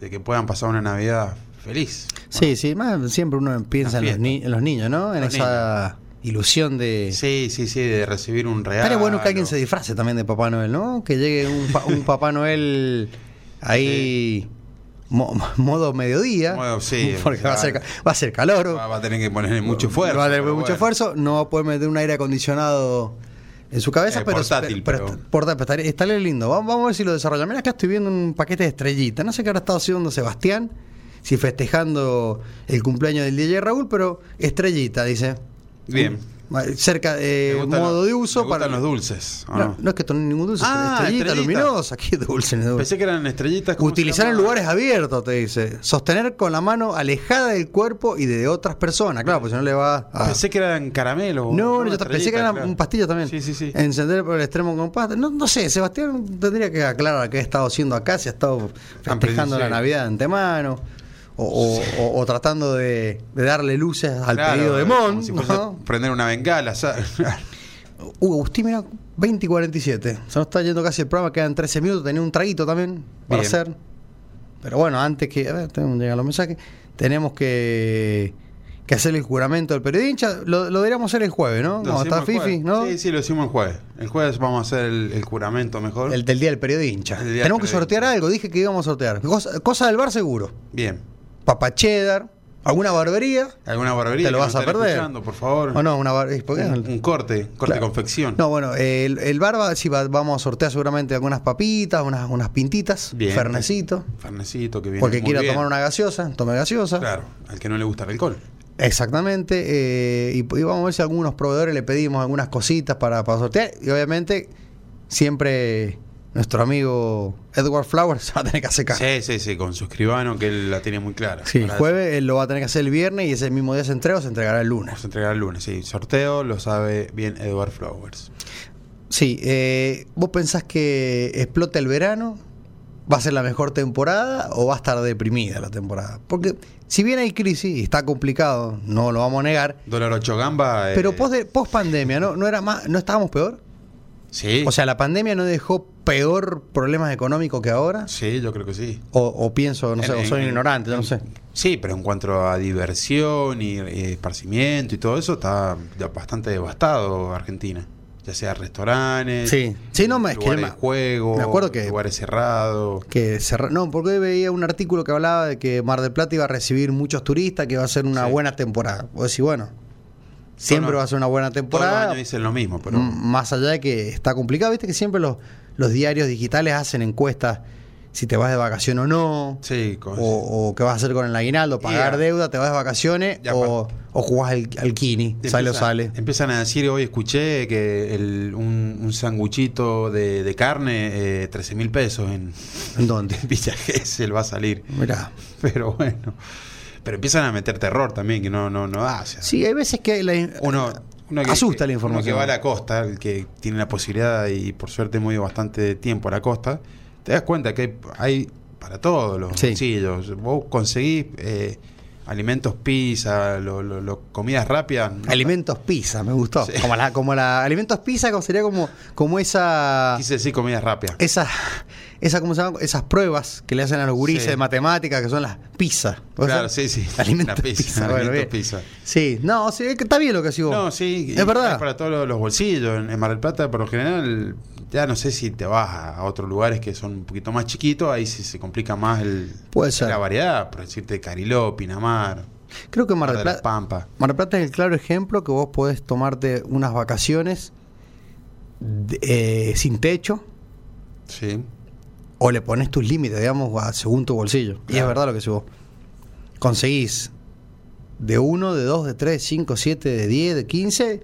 Speaker 7: de que puedan pasar una Navidad feliz.
Speaker 6: Sí, sí, más siempre uno piensa en
Speaker 7: Las
Speaker 6: los, ni- en los niños, ¿no? En
Speaker 7: Los
Speaker 6: esa ilusión de...
Speaker 7: Sí, sí, sí, de recibir un real.
Speaker 6: Estaría bueno que alguien se disfrace también de Papá Noel, ¿no? Que llegue un, pa- un Papá Noel ahí... mo- modo mediodía.
Speaker 7: Bueno, sí,
Speaker 6: porque va a, ser,
Speaker 7: claro.
Speaker 6: ca- va a ser calor.
Speaker 7: Va, va a tener que ponerle mucho esfuerzo.
Speaker 6: Va a tener
Speaker 7: pero
Speaker 6: mucho
Speaker 7: bueno.
Speaker 6: esfuerzo, no va a poder meter un aire acondicionado en su cabeza,
Speaker 7: Eh,
Speaker 6: pero,
Speaker 7: portátil,
Speaker 6: pero,
Speaker 7: pero-
Speaker 6: está- portátil, pero estaría- estaría lindo. Vamos, vamos a ver si lo desarrollamos. Mira, acá estoy viendo un paquete de estrellitas. No sé qué habrá estado haciendo Sebastián, si festejando el cumpleaños del DJ Raúl, pero estrellita, dice.
Speaker 7: Bien.
Speaker 6: Cerca de
Speaker 7: Me gustan
Speaker 6: Eh, modo
Speaker 7: los-
Speaker 6: de uso
Speaker 7: me
Speaker 6: para.
Speaker 7: gustan los dulces. ¿o
Speaker 6: No,
Speaker 7: no?
Speaker 6: no es que tomen ningún dulce,
Speaker 7: Ah,
Speaker 6: estrellita,
Speaker 7: estrellita.
Speaker 6: luminosa, qué dulce, no es dulce.
Speaker 7: Pensé que eran estrellitas. ¿cómo se
Speaker 6: Utilizar en
Speaker 7: llama?
Speaker 6: lugares abiertos, te dice. Sostener con la mano alejada del cuerpo y de otras personas. Claro, pues si no le va a.
Speaker 7: Pensé que eran caramelo.
Speaker 6: No, no,
Speaker 7: una
Speaker 6: yo pensé que
Speaker 7: estrellita,
Speaker 6: era
Speaker 7: claro.
Speaker 6: un pastillo también.
Speaker 7: Sí, sí, sí.
Speaker 6: Encender por el extremo con pasta. No, no sé, Sebastián tendría que aclarar qué ha estado haciendo acá, si ha estado festejando
Speaker 7: Aprendizaje.
Speaker 6: la Navidad de antemano, o, o- o- o tratando de, de darle luces al
Speaker 7: Claro, eh,
Speaker 6: pedido de
Speaker 7: como
Speaker 6: Mon.
Speaker 7: si fuese
Speaker 6: ¿no?
Speaker 7: Prender una bengala, ¿sabes?
Speaker 6: Uh, Agustín, mira, 20 y 47. Se nos está yendo casi el programa, quedan 13 minutos, tenía un traguito también para
Speaker 7: Bien.
Speaker 6: hacer. Pero bueno, antes que. A ver, tengo- llegan los mensajes. Tenemos que. que hacer el juramento del periodincha, lo, lo deberíamos hacer el jueves, ¿no?
Speaker 7: Lo
Speaker 6: Cuando
Speaker 7: hicimos
Speaker 6: está
Speaker 7: el
Speaker 6: Fifi,
Speaker 7: jueves.
Speaker 6: ¿no?
Speaker 7: Sí, sí, lo hicimos el jueves. El jueves vamos a hacer el, el juramento mejor.
Speaker 6: El del día del periodincha.
Speaker 7: El día del
Speaker 6: Tenemos que
Speaker 7: periodincha.
Speaker 6: sortear algo, dije que íbamos a sortear. Cosa, cosa del bar seguro.
Speaker 7: Bien.
Speaker 6: Papa cheddar, alguna barbería.
Speaker 7: ¿Alguna barbería?
Speaker 6: Te lo
Speaker 7: que
Speaker 6: vas
Speaker 7: nos
Speaker 6: a
Speaker 7: estén
Speaker 6: perder.
Speaker 7: escuchando, por favor.
Speaker 6: O no, una barbería. ¿por qué?
Speaker 7: un, un corte, corte
Speaker 6: Claro.
Speaker 7: confección.
Speaker 6: No, bueno, el, el bar va, sí, va- vamos a sortear seguramente algunas papitas, unas, unas pintitas,
Speaker 7: Bien.
Speaker 6: fernecito.
Speaker 7: Farnecito que viene.
Speaker 6: Porque
Speaker 7: muy
Speaker 6: quiera
Speaker 7: bien.
Speaker 6: tomar una gaseosa, tome gaseosa.
Speaker 7: Claro, al que no le gusta el alcohol.
Speaker 6: Exactamente. eh, y, y vamos a ver si a algunos proveedores le pedimos algunas cositas para, para sortear. Y obviamente, siempre nuestro amigo Edward Flowers se va a tener que hacer cargo.
Speaker 7: Sí, sí, sí, con su escribano que él la tiene muy clara.
Speaker 6: Sí, el
Speaker 7: Para
Speaker 6: jueves él lo va a tener que hacer el viernes y ese mismo día se entrega o se entregará el lunes.
Speaker 7: Vamos a entregar el lunes, sí. Sorteo lo sabe bien Edward Flowers.
Speaker 6: Sí, eh, ¿vos pensás que explota el verano? ¿Va a ser la mejor temporada o va a estar deprimida la temporada? Porque si bien hay crisis y está complicado, no lo vamos a negar,
Speaker 7: Dólar 8 gamba. eh,
Speaker 6: pero post, de- post pandemia, ¿no, ¿no era más, no estábamos peor?
Speaker 7: Sí.
Speaker 6: O sea, ¿la pandemia no dejó peor problemas económicos que ahora?
Speaker 7: sí, yo creo que sí.
Speaker 6: O, o pienso, no sé,
Speaker 7: En-
Speaker 6: o soy
Speaker 7: en-
Speaker 6: ignorante, yo no sé.
Speaker 7: Sí, pero en cuanto a diversión y, eh, esparcimiento y todo eso, está ya bastante devastado Argentina. Ya sea restaurantes,
Speaker 6: Sí. Sí, no, es que
Speaker 7: lugares
Speaker 6: me-
Speaker 7: de juego,
Speaker 6: me acuerdo que-
Speaker 7: lugares cerrados.
Speaker 6: Que cerra- No, porque hoy veía un artículo que hablaba de que Mar del Plata iba a recibir muchos turistas, que iba a ser una
Speaker 7: Sí.
Speaker 6: buena temporada. O decir, bueno, siempre
Speaker 7: Bueno,
Speaker 6: va a ser una buena
Speaker 7: Todos los
Speaker 6: temporada. Mm,
Speaker 7: años dicen lo mismo, pero
Speaker 6: M- Más allá de que está complicado, viste que siempre los, los diarios digitales hacen encuestas si te vas de vacación o no.
Speaker 7: Sí, con-
Speaker 6: O, o qué vas a hacer con el aguinaldo, pagar
Speaker 7: Y, ah,
Speaker 6: deuda, te vas de vacaciones
Speaker 7: y em
Speaker 6: o, o jugás al, al kini,
Speaker 7: Te
Speaker 6: sale o
Speaker 7: empiezan-
Speaker 6: sale.
Speaker 7: Empiezan a decir, hoy escuché que el- un, un sanguchito de, de carne, eh, 13 mil pesos en,
Speaker 6: ¿En dónde?
Speaker 7: Villa Gesell va a salir.
Speaker 6: Mirá.
Speaker 7: Pero bueno. Pero empiezan a meter terror también, que no, no, no da. o sea,
Speaker 6: Sí, hay veces que la, in-
Speaker 7: uno, uno que,
Speaker 6: Asusta
Speaker 7: que-
Speaker 6: la información.
Speaker 7: uno que va a la costa, el que tiene la posibilidad y por suerte hemos ido bastante tiempo a la costa, te das cuenta que hay, hay para todos los
Speaker 6: Sí.
Speaker 7: bolsillos. Vos conseguís eh, alimentos pizza, lo- lo- lo- comidas rápidas. no-
Speaker 6: alimentos pizza, me gustó.
Speaker 7: Sí.
Speaker 6: Como la, como la alimentos pizza como sería como, como esa
Speaker 7: Quise decir comidas rápidas.
Speaker 6: esa esa ¿cómo se llama? esas pruebas que le hacen a los gurises
Speaker 7: Sí.
Speaker 6: de matemáticas que son las pizza. ¿Vos
Speaker 7: Claro,
Speaker 6: sabés?
Speaker 7: sí, sí.
Speaker 6: Alimentos
Speaker 7: La
Speaker 6: pizza.
Speaker 7: pizza,
Speaker 6: bueno,
Speaker 7: alimentos
Speaker 6: bien.
Speaker 7: pizza.
Speaker 6: Sí, no, sí, es que está bien lo que sigo.
Speaker 7: No, sí. y
Speaker 6: Es verdad.
Speaker 7: Para todos los- los bolsillos. En, en Mar del Plata, por lo general, ya no sé si te vas a, a otros lugares que son un poquito más chiquitos, ahí sí se complica más el,
Speaker 6: Puede ser.
Speaker 7: la variedad, por decirte Cariló, Pinamar,
Speaker 6: Creo que Mar
Speaker 7: Mar
Speaker 6: del
Speaker 7: de la
Speaker 6: Plata
Speaker 7: Pampa.
Speaker 6: Mar del Plata es el claro ejemplo que vos podés tomarte unas vacaciones de- eh, sin techo
Speaker 7: Sí.
Speaker 6: o le pones tus límites, digamos, a- según tu bolsillo. Y es
Speaker 7: Claro.
Speaker 6: verdad lo que subo. Conseguís de 1, de 2, de 3, 5, 7, de 10, de 15,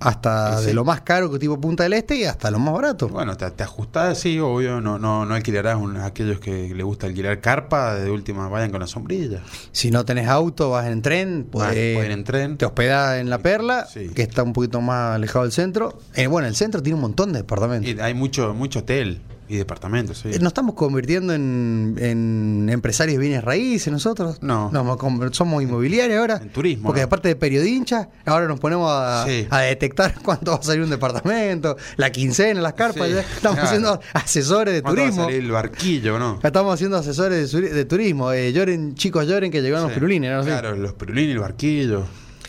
Speaker 6: hasta
Speaker 7: Sí, sí.
Speaker 6: de lo más caro que tipo Punta del Este y hasta lo más barato.
Speaker 7: Bueno, te, te ajustás, sí, obvio, no, no, no alquilarás un- a aquellos que le gusta alquilar carpa, de última vayan con la sombrilla.
Speaker 6: Si no tenés auto, vas en tren,
Speaker 7: Vas-
Speaker 6: podés-
Speaker 7: pueden en tren.
Speaker 6: te hospedás en La Perla,
Speaker 7: Sí.
Speaker 6: que está un poquito más alejado del centro. Eh, bueno, el centro tiene un montón de departamentos.
Speaker 7: Y hay mucho, mucho hotel y departamentos, sí.
Speaker 6: Eh, ¿Nos estamos convirtiendo en, en empresarios de bienes raíces nosotros?
Speaker 7: No.
Speaker 6: Nos conver- somos inmobiliarios ahora.
Speaker 7: En turismo,
Speaker 6: Porque
Speaker 7: ¿no?
Speaker 6: aparte de periodinchas, ahora nos ponemos a,
Speaker 7: Sí.
Speaker 6: a detectar cuánto va a salir un departamento, la quincena, las carpas.
Speaker 7: Sí,
Speaker 6: ya estamos
Speaker 7: claro.
Speaker 6: siendo asesores de
Speaker 7: ¿Cuánto va a
Speaker 6: turismo.
Speaker 7: salir el barquillo, no?
Speaker 6: Ya Estamos siendo asesores de, suri- de turismo. Eh, lloren, chicos lloren que llegaron
Speaker 7: Sí.
Speaker 6: los pirulines. ¿no? Sí.
Speaker 7: Claro, los pirulines, el barquillo.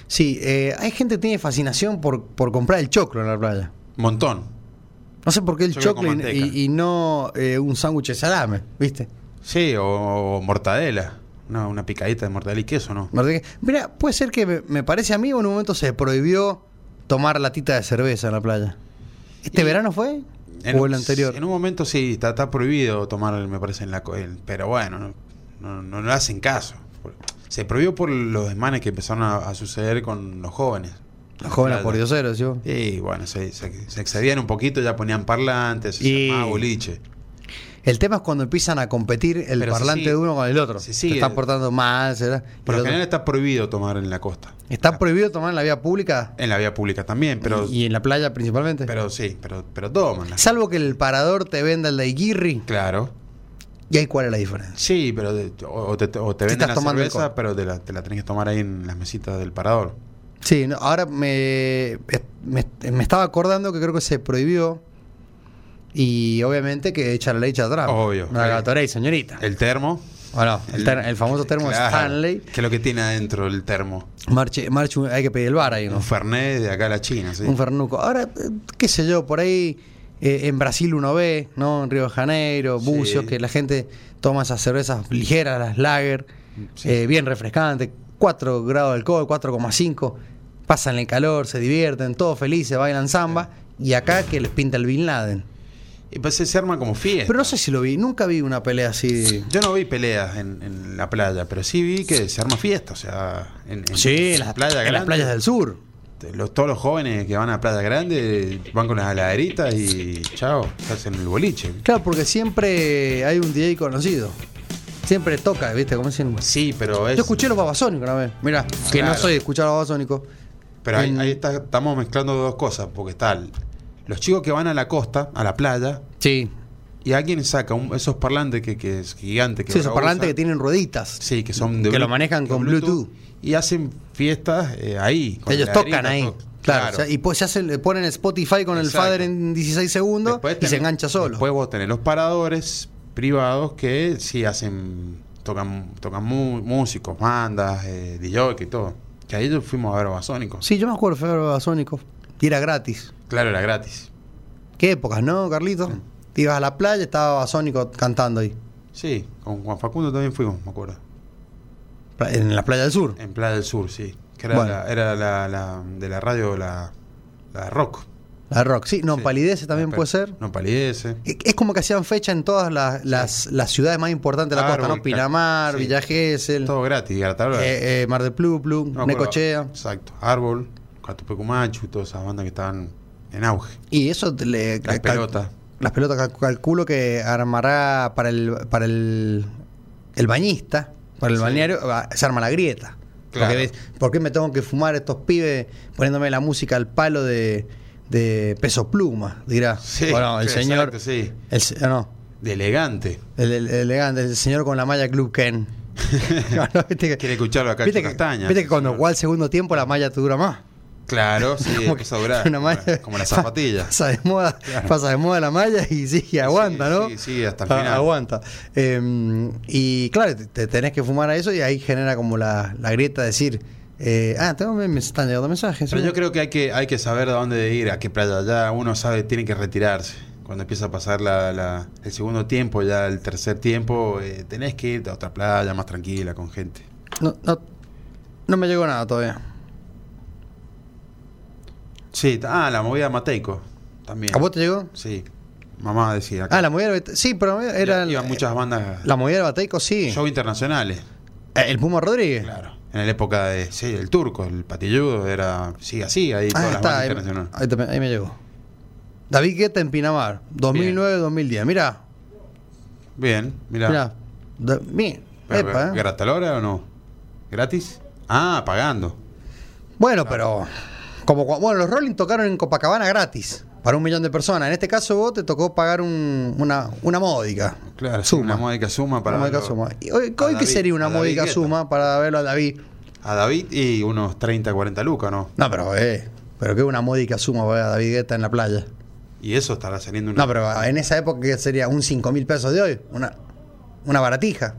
Speaker 6: Sí, eh, hay gente que tiene fascinación por, por comprar el choclo en la playa.
Speaker 7: Montón.
Speaker 6: No sé por qué el
Speaker 7: Choclo con
Speaker 6: choclo y,
Speaker 7: manteca.
Speaker 6: y- y no eh, un sándwich de salame, ¿viste?
Speaker 7: Sí, o, o mortadela. Una, una picadita de mortadela y queso, ¿no?
Speaker 6: Martín, Mira, puede ser que me, me parece a mí en un momento se prohibió tomar latita de cerveza en la playa. ¿Este
Speaker 7: Y-
Speaker 6: verano fue? ¿O el anterior?
Speaker 7: En un momento sí, está, está prohibido tomar, me parece, en la co- en- pero bueno, no, no, no le hacen caso. Por- Se prohibió por los desmanes que empezaron a, a suceder con los jóvenes.
Speaker 6: Los jóvenes
Speaker 7: Claro.
Speaker 6: por dioseros, ¿sí?
Speaker 7: Y bueno, se, se- se excedían un poquito, ya ponían parlantes, se
Speaker 6: Y-
Speaker 7: armaba boliche.
Speaker 6: El tema es cuando empiezan a competir el
Speaker 7: Pero se
Speaker 6: parlante
Speaker 7: sigue-
Speaker 6: de uno con el otro. Se,
Speaker 7: se sigue-
Speaker 6: están portando mal, ¿será? Y
Speaker 7: Por
Speaker 6: el
Speaker 7: lo
Speaker 6: otro-
Speaker 7: general está prohibido tomar en la costa.
Speaker 6: Está prohibido tomar en la vía pública
Speaker 7: En la vía pública también, pero,
Speaker 6: y en la playa principalmente.
Speaker 7: pero sí, pero, pero toman. la-
Speaker 6: Salvo que el parador te venda el daiquiri.
Speaker 7: Claro.
Speaker 6: ¿Y ahí cuál es la diferencia?
Speaker 7: Sí, pero de- o, o te, o te
Speaker 6: Te
Speaker 7: venden
Speaker 6: estás
Speaker 7: la
Speaker 6: tomando
Speaker 7: cerveza,
Speaker 6: alcohol.
Speaker 7: pero te la, te la tenés que tomar ahí en las mesitas del parador.
Speaker 6: Sí, no, ahora me, me, me estaba acordando que creo que se prohibió. Y obviamente que echa la ley echa atrás.
Speaker 7: Obvio.
Speaker 6: La gatorade, señorita.
Speaker 7: El termo.
Speaker 6: ¿O no? El, ter- el famoso termo
Speaker 7: Claro,
Speaker 6: Stanley.
Speaker 7: Que es lo que tiene adentro el termo.
Speaker 6: Marche, marche un- hay que pedir el bar ahí, ¿no?
Speaker 7: Un Fernet de acá a la China, sí.
Speaker 6: Un fernuco. Ahora, eh, qué sé yo, por ahí eh, en Brasil uno ve, ¿no? En Río de Janeiro,
Speaker 7: Sí.
Speaker 6: Bucios, que la gente toma esas cervezas ligeras, las lager,
Speaker 7: Sí.
Speaker 6: eh, bien refrescantes, 4 grados de alcohol, 4,5. Pasan el calor, se divierten, todos felices, bailan samba. Y acá que les pinta el Bin Laden.
Speaker 7: Y pues se arma como fiesta.
Speaker 6: Pero no sé si lo vi, nunca vi una pelea así.
Speaker 7: Yo no vi peleas en, en la playa, pero sí vi que se arma fiesta, o sea, en, en-
Speaker 6: Sí,
Speaker 7: en
Speaker 6: en las-
Speaker 7: playa
Speaker 6: en las
Speaker 7: grande,
Speaker 6: playas del sur.
Speaker 7: te- los- todos los jóvenes que van a Playa Grande van con las heladeritas y chao, estás en el boliche.
Speaker 6: Claro, porque siempre hay un DJ conocido. Siempre toca, ¿viste? Como dicen.
Speaker 7: Sí, pero es...
Speaker 6: Yo escuché los babasónicos una vez. Mira, que
Speaker 7: Claro.
Speaker 6: no soy de escuchar los babasónicos.
Speaker 7: Pero ahí,
Speaker 6: En-
Speaker 7: ahí está- estamos mezclando dos cosas, porque están los chicos que van a la costa, a la playa,
Speaker 6: Sí.
Speaker 7: y alguien saca un- esos parlantes que, que es gigante. Que
Speaker 6: Sí, esos
Speaker 7: ahora
Speaker 6: parlantes que
Speaker 7: usan.
Speaker 6: tienen rueditas.
Speaker 7: Sí, que son de
Speaker 6: Que lo
Speaker 7: Bluetooth-
Speaker 6: manejan
Speaker 7: de
Speaker 6: con Bluetooth.
Speaker 7: Y hacen fiestas eh, ahí. con
Speaker 6: Ellos
Speaker 7: la
Speaker 6: tocan
Speaker 7: arita,
Speaker 6: ahí.
Speaker 7: to-
Speaker 6: Claro, o sea, y pues se hacen, le ponen Spotify con
Speaker 7: Exacto.
Speaker 6: el father en 16 segundos
Speaker 7: Después
Speaker 6: y
Speaker 7: tenés-
Speaker 6: se engancha solo.
Speaker 7: Después vos tenés los paradores privados que sí hacen. Tocan, tocan mu- músicos, bandas, eh, DJ y todo. Que ahí yo fuimos a ver a Babasónicos.
Speaker 6: Sí, yo me acuerdo de los babasónicos. Y era gratis.
Speaker 7: Claro, era gratis.
Speaker 6: Qué épocas, ¿no, Carlito? Te ibas a la playa, estaba babasónico cantando ahí.
Speaker 7: Sí, con Juan Facundo también fuimos, me acuerdo.
Speaker 6: Pla- En la playa del sur.
Speaker 7: En Playa del Sur, sí. Que era,
Speaker 6: Bueno.
Speaker 7: la, era la, la- de la radio, la, la rock.
Speaker 6: La rock, sí, no palidece también puede ser.
Speaker 7: No palidece.
Speaker 6: E- Es como que hacían fecha en todas las, las- las ciudades más importantes de la costa, ¿no? Pinamar, Villa Gesell.
Speaker 7: Todo gratis, Gartabla.
Speaker 6: Eh, eh, Mar del Plum Plum,
Speaker 7: No,
Speaker 6: Necochea.
Speaker 7: pero- Exacto. Árbol, Catupecumachu, todas esas bandas que estaban en auge.
Speaker 6: Y eso te le.
Speaker 7: Las
Speaker 6: cal-
Speaker 7: pelotas.
Speaker 6: Las pelotas cal- calculo que armará para el para el, el bañista, para el balneario, va- se arma la grieta.
Speaker 7: Claro.
Speaker 6: Porque ves, ¿por qué me tengo que fumar estos pibes poniéndome la música al palo de, de peso pluma? Dirá. bueno, el
Speaker 7: sí,
Speaker 6: señor.
Speaker 7: exacto, sí.
Speaker 6: el se- no,
Speaker 7: De elegante.
Speaker 6: el, el- el elegante, el señor con la malla Club Ken. No, viste que,
Speaker 7: Quiere escucharlo acá
Speaker 6: viste
Speaker 7: en
Speaker 6: que-
Speaker 7: Castaña.
Speaker 6: viste que cuando juega el segundo tiempo la malla te dura más.
Speaker 7: Claro, sí,
Speaker 6: Como
Speaker 7: empieza a durar.
Speaker 6: una malla-
Speaker 7: como, como las zapatillas.
Speaker 6: Pasa de moda,
Speaker 7: Claro.
Speaker 6: pasa de moda la malla y sí, aguanta, ¿no?
Speaker 7: Sí, sí, hasta el
Speaker 6: Ah,
Speaker 7: final.
Speaker 6: Aguanta. Eh, y claro, te, te tenés que fumar a eso y ahí genera como la, la grieta de decir, eh, ah, tengo, me, me están llegando mensajes.
Speaker 7: Pero
Speaker 6: ¿no?
Speaker 7: yo creo que hay que, hay que saber a dónde ir, a qué playa. Ya uno sabe, tiene que retirarse. Cuando empieza a pasar la, la- el segundo tiempo, ya el tercer tiempo, eh, tenés que irte a otra playa más tranquila, con gente.
Speaker 6: no, no, no me llegó nada todavía.
Speaker 7: Sí, t- ah, la movida Mateico también.
Speaker 6: ¿A vos te llegó?
Speaker 7: Sí, mamá decía.
Speaker 6: Ah, la movida de- Sí, pero la movida era...
Speaker 7: Iban muchas bandas,
Speaker 6: La movida de Bateico, sí.
Speaker 7: show internacionales.
Speaker 6: Eh, El Puma Rodríguez.
Speaker 7: Claro. En la época de, sí, el turco, el patilludo, era, sí, así, ahí todas
Speaker 6: Ah,
Speaker 7: las
Speaker 6: está,
Speaker 7: bandas
Speaker 6: ahí,
Speaker 7: internacionales.
Speaker 6: ahí también- ahí me llegó. David Guetta en Pinamar, 2009-2010. Mira,
Speaker 7: Bien, mira.
Speaker 6: mira. Bien. Epa, eh.
Speaker 7: ¿Hasta la hora o no? ¿Gratis? Ah, pagando.
Speaker 6: Bueno, pero como cua- bueno, los Rolling tocaron en Copacabana gratis para un millón de personas. En este caso vos te tocó pagar un- una, una módica.
Speaker 7: Claro, sí,
Speaker 6: Suma.
Speaker 7: una módica suma para.
Speaker 6: una módica
Speaker 7: lo-
Speaker 6: suma. ¿Y hoy,
Speaker 7: a
Speaker 6: hoy qué
Speaker 7: David-
Speaker 6: sería una
Speaker 7: a David
Speaker 6: módica
Speaker 7: Guetta.
Speaker 6: suma para verlo a David?
Speaker 7: A David y unos 30, 40 lucas, ¿no?
Speaker 6: No, pero eh, pero qué una módica suma para ver a David Guetta en la playa.
Speaker 7: Y eso estará saliendo una.
Speaker 6: No, pero en esa época ¿qué sería un 5 mil pesos de hoy, una, una baratija.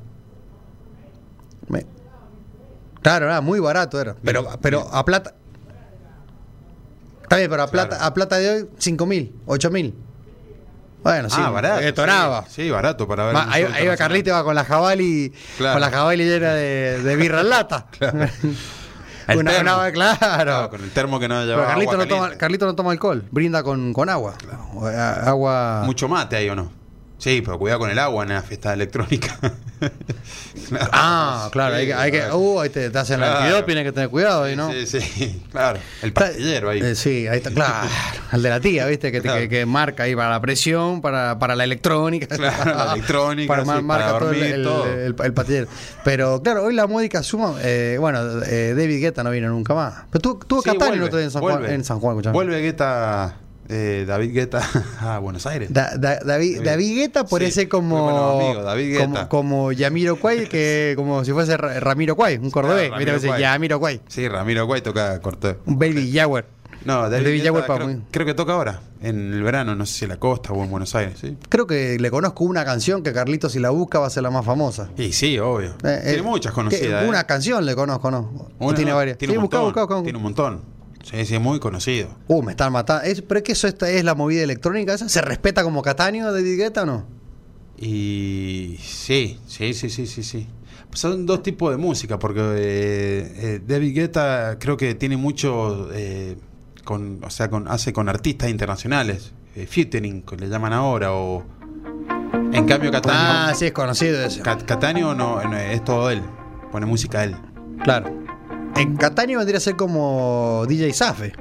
Speaker 6: Me- Claro, era muy barato era. Pero, pero a plata. Está bien, pero a plata, a plata de hoy, 5 mil, 8 mil. Bueno, sí.
Speaker 7: ah, barato.
Speaker 6: eh, Toraba.
Speaker 7: Sí, sí, barato para ver.
Speaker 6: Va,
Speaker 7: un
Speaker 6: ahí,
Speaker 7: show
Speaker 6: ahí va Carlito va con la jabalí,
Speaker 7: Claro.
Speaker 6: con la jabalí llena de, de birra en lata.
Speaker 7: El
Speaker 6: Una-
Speaker 7: termo.
Speaker 6: una- claro.
Speaker 7: internacional. Con el termo que no
Speaker 6: Pero
Speaker 7: llevaba.
Speaker 6: Carlito,
Speaker 7: agua
Speaker 6: no toma,
Speaker 7: caliente.
Speaker 6: Carlito no toma alcohol, brinda con, con agua. O, eh, Agua.
Speaker 7: Mucho mate ahí o no. Sí, pero cuidado con el agua en la fiesta electrónica.
Speaker 6: Ah, claro, hay que, hay que- uh, ahí te, te hacen la
Speaker 7: Claro.
Speaker 6: antidoping, hay que tener cuidado ahí, ¿no?
Speaker 7: Sí, sí, claro. El pastillero ahí.
Speaker 6: Eh, sí, ahí está, claro, el de la tía, ¿viste? Que, te- que- que marca ahí para la presión, para, para la electrónica.
Speaker 7: Claro, la electrónica,
Speaker 6: Para,
Speaker 7: sí,
Speaker 6: mar-
Speaker 7: para
Speaker 6: marca todo el-
Speaker 7: dormir,
Speaker 6: el,
Speaker 7: todo.
Speaker 6: el- el patillero. Pero claro, hoy la módica suma, eh, bueno, eh, David Guetta no vino nunca más. Pero tuvo, tuvo
Speaker 7: Sí,
Speaker 6: Catania el
Speaker 7: vuelve,
Speaker 6: otro día en San Juan,
Speaker 7: vuelve.
Speaker 6: en San Juan, escuchame.
Speaker 7: Vuelve Guetta, eh, David Guetta a Buenos Aires.
Speaker 6: Da- da- David, David Guetta parece como,
Speaker 7: fue con los amigos, David
Speaker 6: como-
Speaker 7: Guetta.
Speaker 6: como Yamiro Cuay, que como si fuese Ra- Ramiro Cuay, un cordobés.
Speaker 7: Ramiro
Speaker 6: Mira, dice,
Speaker 7: Cuay.
Speaker 6: Yamiro Cuay,
Speaker 7: sí, Ramiro Guay toca corto.
Speaker 6: un baby Jaguar.
Speaker 7: No, David,
Speaker 6: David
Speaker 7: Guetta
Speaker 6: Jagüel para
Speaker 7: creo,
Speaker 6: mí.
Speaker 7: creo que toca ahora, en el verano, no sé si en la costa o en Buenos Aires. ¿sí?
Speaker 6: Creo que le conozco una canción que Carlitos si la busca va a ser la más famosa.
Speaker 7: Y sí, obvio.
Speaker 6: Eh,
Speaker 7: tiene
Speaker 6: eh,
Speaker 7: muchas
Speaker 6: que-
Speaker 7: conocidas.
Speaker 6: Una
Speaker 7: ¿eh?
Speaker 6: canción le conozco, ¿no? O
Speaker 7: Una,
Speaker 6: tiene
Speaker 7: no,
Speaker 6: varias.
Speaker 7: Tiene,
Speaker 6: sí,
Speaker 7: un
Speaker 6: buscá,
Speaker 7: montón,
Speaker 6: buscá, buscá.
Speaker 7: tiene un montón. Sí, sí, muy conocido.
Speaker 6: Uh, me están matando. Es- pero es que eso esta es la movida electrónica esa. ¿Se respeta como Cataño de Guetta o no?
Speaker 7: Y sí, sí, sí, sí, sí, sí. Son dos tipos de música, porque eh, eh, David Guetta creo que tiene mucho, eh, con, o sea, con, hace con artistas internacionales, eh, featuring, que le llaman ahora, o... En cambio Catania,
Speaker 6: Ah, sí, es conocido ese.
Speaker 7: Ca- Catania no, no, es todo él, pone música él.
Speaker 6: Claro. En Cataño vendría a ser como DJ Safe.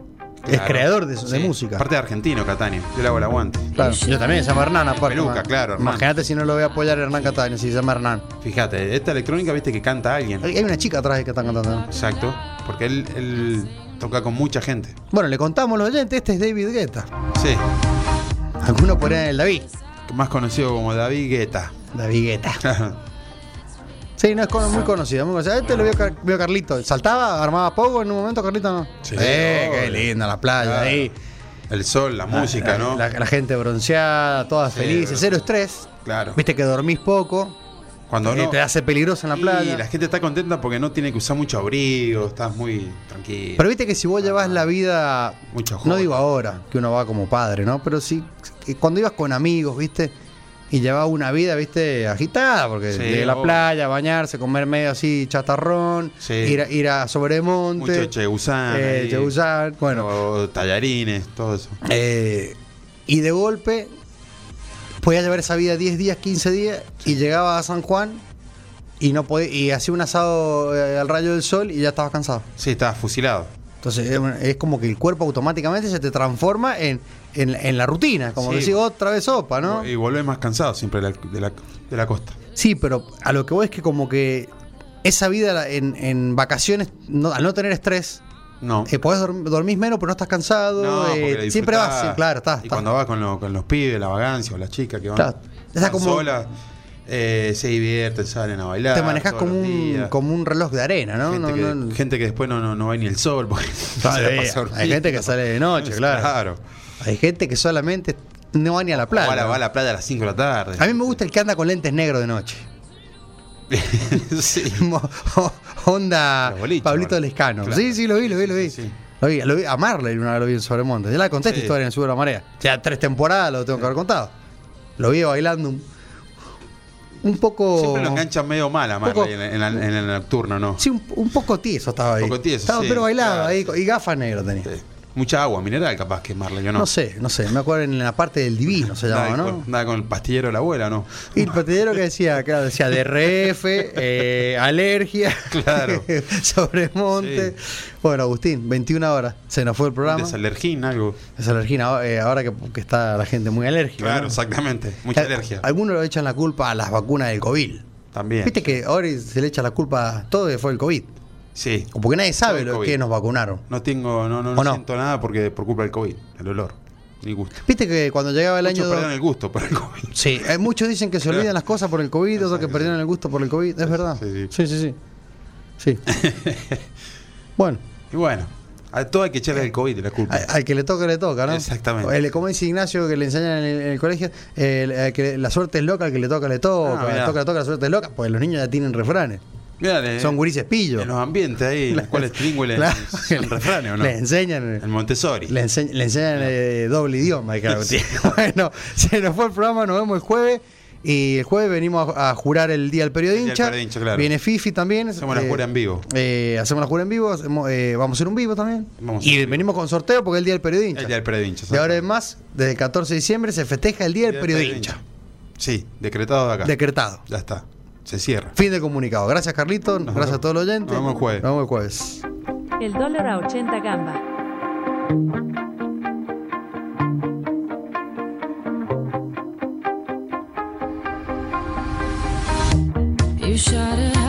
Speaker 6: Es
Speaker 7: Claro.
Speaker 6: creador de, de
Speaker 7: Sí.
Speaker 6: música.
Speaker 7: Aparte de argentino, Catania, yo le hago el aguante.
Speaker 6: Claro. Yo también, se llama Hernán aparte.
Speaker 7: Peluca,
Speaker 6: Ma-
Speaker 7: claro, Hernán.
Speaker 6: Imagínate si no lo voy a apoyar a Hernán Cataño, si se llama Hernán.
Speaker 7: Fíjate, esta electrónica viste que canta alguien.
Speaker 6: Hay hay una chica atrás que está cantando.
Speaker 7: Exacto, porque él, él toca con mucha gente.
Speaker 6: Bueno, le contamos a los oyentes, este es David Guetta.
Speaker 7: Sí.
Speaker 6: Algunos ponían el David.
Speaker 7: más conocido como David Guetta.
Speaker 6: David Guetta. Sí, no, es con- muy conocido. Muy conocido. Este lo vio, Car- vio Carlito. Saltaba, armaba pogo en un momento, Carlito no.
Speaker 7: Sí,
Speaker 6: eh,
Speaker 7: obvio.
Speaker 6: qué linda la playa
Speaker 7: Claro.
Speaker 6: ahí.
Speaker 7: El sol, la música,
Speaker 6: La-
Speaker 7: ¿no?
Speaker 6: La, la gente bronceada, todas
Speaker 7: Sí,
Speaker 6: felices, cero estrés.
Speaker 7: claro.
Speaker 6: Viste que dormís poco,
Speaker 7: Cuando
Speaker 6: eh,
Speaker 7: no,
Speaker 6: te hace peligroso en la playa.
Speaker 7: Y la gente está contenta porque no tiene que usar mucho abrigo, estás muy tranquilo.
Speaker 6: Pero viste que si vos llevas la vida,
Speaker 7: Mucho joda.
Speaker 6: no digo ahora, que uno va como padre, ¿no? Pero sí, que cuando ibas con amigos, viste, y llevaba una vida, viste, agitada, porque
Speaker 7: Sí,
Speaker 6: de la
Speaker 7: obvio.
Speaker 6: playa, bañarse, comer medio así chatarrón,
Speaker 7: Sí.
Speaker 6: ir, a, ir a Sobremonte.
Speaker 7: Mucho Chegusán.
Speaker 6: eh,
Speaker 7: ahí.
Speaker 6: Chegusán, bueno.
Speaker 7: O tallarines, todo eso.
Speaker 6: Eh, y de golpe, podía llevar esa vida 10 días, 15 días, y llegaba a San Juan y no podía, y hacía un asado eh, al rayo del sol y ya estabas cansado.
Speaker 7: Sí, estaba fusilado.
Speaker 6: Entonces es, una- es como que el cuerpo automáticamente se te transforma en, en- en la rutina, como
Speaker 7: Sí.
Speaker 6: decir otra vez sopa, ¿no?
Speaker 7: Y volvés más cansado siempre de la, de la- de la costa.
Speaker 6: Sí, pero a lo que voy es que como que esa vida la- en, en vacaciones, no- al no tener estrés,
Speaker 7: No.
Speaker 6: eh, podés dorm- dormís menos, pero no estás cansado,
Speaker 7: No,
Speaker 6: eh,
Speaker 7: porque la
Speaker 6: siempre vas,
Speaker 7: disfrutás.
Speaker 6: sí, claro, estás.
Speaker 7: Y
Speaker 6: estás-
Speaker 7: cuando vas con, lo- con los pibes, la vagancia o las chicas que van,
Speaker 6: Está- está
Speaker 7: van
Speaker 6: como-
Speaker 7: solas, eh, se divierten, salen a bailar.
Speaker 6: te manejás
Speaker 7: todos
Speaker 6: como
Speaker 7: los
Speaker 6: un,
Speaker 7: días.
Speaker 6: como un reloj de arena, ¿no?
Speaker 7: gente,
Speaker 6: No,
Speaker 7: que,
Speaker 6: no-
Speaker 7: gente que después no, no, no va ni el sol. Porque se la
Speaker 6: Claro, hay-
Speaker 7: pasa
Speaker 6: hay
Speaker 7: dormida.
Speaker 6: gente que sale de noche, claro.
Speaker 7: Claro.
Speaker 6: Hay gente que solamente no va ni a la playa.
Speaker 7: Va, a la, va a la playa a las 5 de la tarde.
Speaker 6: A mí me gusta el que anda con lentes negros de noche.
Speaker 7: Sí.
Speaker 6: Mo- Onda
Speaker 7: boliches,
Speaker 6: Pablito
Speaker 7: bueno.
Speaker 6: Lescano.
Speaker 7: Claro.
Speaker 6: Sí, sí, lo vi, lo vi, lo vi. Lo vi, lo vi. A Marley una vez lo vi en Sobremonte. Ya la conté esta
Speaker 7: Sí.
Speaker 6: historia en Sobre la Marea. Ya tres temporadas lo tengo que haber contado. Lo vi bailando un, un poco.
Speaker 7: Siempre lo enganchan medio mal a Marley
Speaker 6: Poco-
Speaker 7: en, en la- en el nocturno, ¿no?
Speaker 6: Sí, un, un poco tieso estaba ahí.
Speaker 7: Un poco tieso,
Speaker 6: Estaba,
Speaker 7: sí,
Speaker 6: pero bailaba
Speaker 7: claro.
Speaker 6: ahí con- y gafas negras tenía.
Speaker 7: Mucha agua mineral capaz que Marley, ¿o no?
Speaker 6: No sé, no sé. Me acuerdo en la parte del divino se
Speaker 7: Nada,
Speaker 6: llamaba, ¿no?
Speaker 7: con, nada con el pastillero de la abuela, ¿no?
Speaker 6: Y el patillero que decía, claro, decía DRF, eh, alergia,
Speaker 7: Claro.
Speaker 6: sobremonte. Bueno, Agustín, 21 horas, se nos fue el programa.
Speaker 7: Desalergín, algo.
Speaker 6: Es alergina, eh, ahora que, que está la gente muy alérgica.
Speaker 7: Claro,
Speaker 6: ¿no?
Speaker 7: exactamente. Mucha
Speaker 6: Eh,
Speaker 7: alergia.
Speaker 6: Algunos le echan la culpa a las vacunas del COVID.
Speaker 7: También.
Speaker 6: Viste que ahora se le echa la culpa a todo que fue el COVID.
Speaker 7: Sí.
Speaker 6: O porque nadie
Speaker 7: Todo
Speaker 6: sabe
Speaker 7: el
Speaker 6: lo
Speaker 7: COVID.
Speaker 6: que nos vacunaron.
Speaker 7: No tengo, no, no,
Speaker 6: ¿O
Speaker 7: no
Speaker 6: no?
Speaker 7: siento nada porque por culpa del COVID, el olor, ni gusto.
Speaker 6: Viste que cuando llegaba el
Speaker 7: Muchos
Speaker 6: año.
Speaker 7: perdieron el gusto por el COVID.
Speaker 6: Sí, eh, muchos dicen que se olvidan las cosas por el COVID, otros que perdieron el gusto por el COVID. Es verdad. Sí, sí, sí. Sí. bueno,
Speaker 7: Y bueno, a todo hay que echarle el COVID de la culpa.
Speaker 6: Eh, a- al que le toca, le toca, ¿no?
Speaker 7: Exactamente.
Speaker 6: El- como dice Ignacio, que le enseñan en el, en el colegio, eh, el- el que la suerte es loca, al que le toca, le toca,
Speaker 7: Ah,
Speaker 6: al que
Speaker 7: mirá.
Speaker 6: le toca, le toca, la suerte es loca, pues los niños ya tienen refranes.
Speaker 7: Mirá, le-
Speaker 6: Son gurises pillos.
Speaker 7: En los ambientes ahí, en los cuales trilingües le-
Speaker 6: Claro.
Speaker 7: son refranes, ¿o no?
Speaker 6: Les enseñan.
Speaker 7: En Montessori.
Speaker 6: Le, ense- le enseñan eh, doble idioma. claro. bueno, se nos fue el programa, nos vemos el jueves. Y el jueves venimos a, a jurar el Día del
Speaker 7: del
Speaker 6: Periodincha.
Speaker 7: Periodincha, claro.
Speaker 6: Viene Fifi también.
Speaker 7: Hacemos la jura en vivo.
Speaker 6: eh, hacemos la jura en vivo. hacemos, eh, vamos a hacer un vivo también.
Speaker 7: Vamos a
Speaker 6: y
Speaker 7: hacer un
Speaker 6: venimos con sorteo porque es el Día del Periodincha.
Speaker 7: El día del Predincho.
Speaker 6: De ahora en más, desde el 14 de diciembre se festeja el Día del Periodincha.
Speaker 7: Sí, decretado de acá.
Speaker 6: Decretado.
Speaker 7: ya está. Se cierra.
Speaker 6: Fin del comunicado. Gracias, Carlito. Gracias a todos los oyentes.
Speaker 7: Nos vemos el jueves.
Speaker 6: Nos vemos el jueves.
Speaker 3: El dólar a 80 gamba.
Speaker 12: You shot a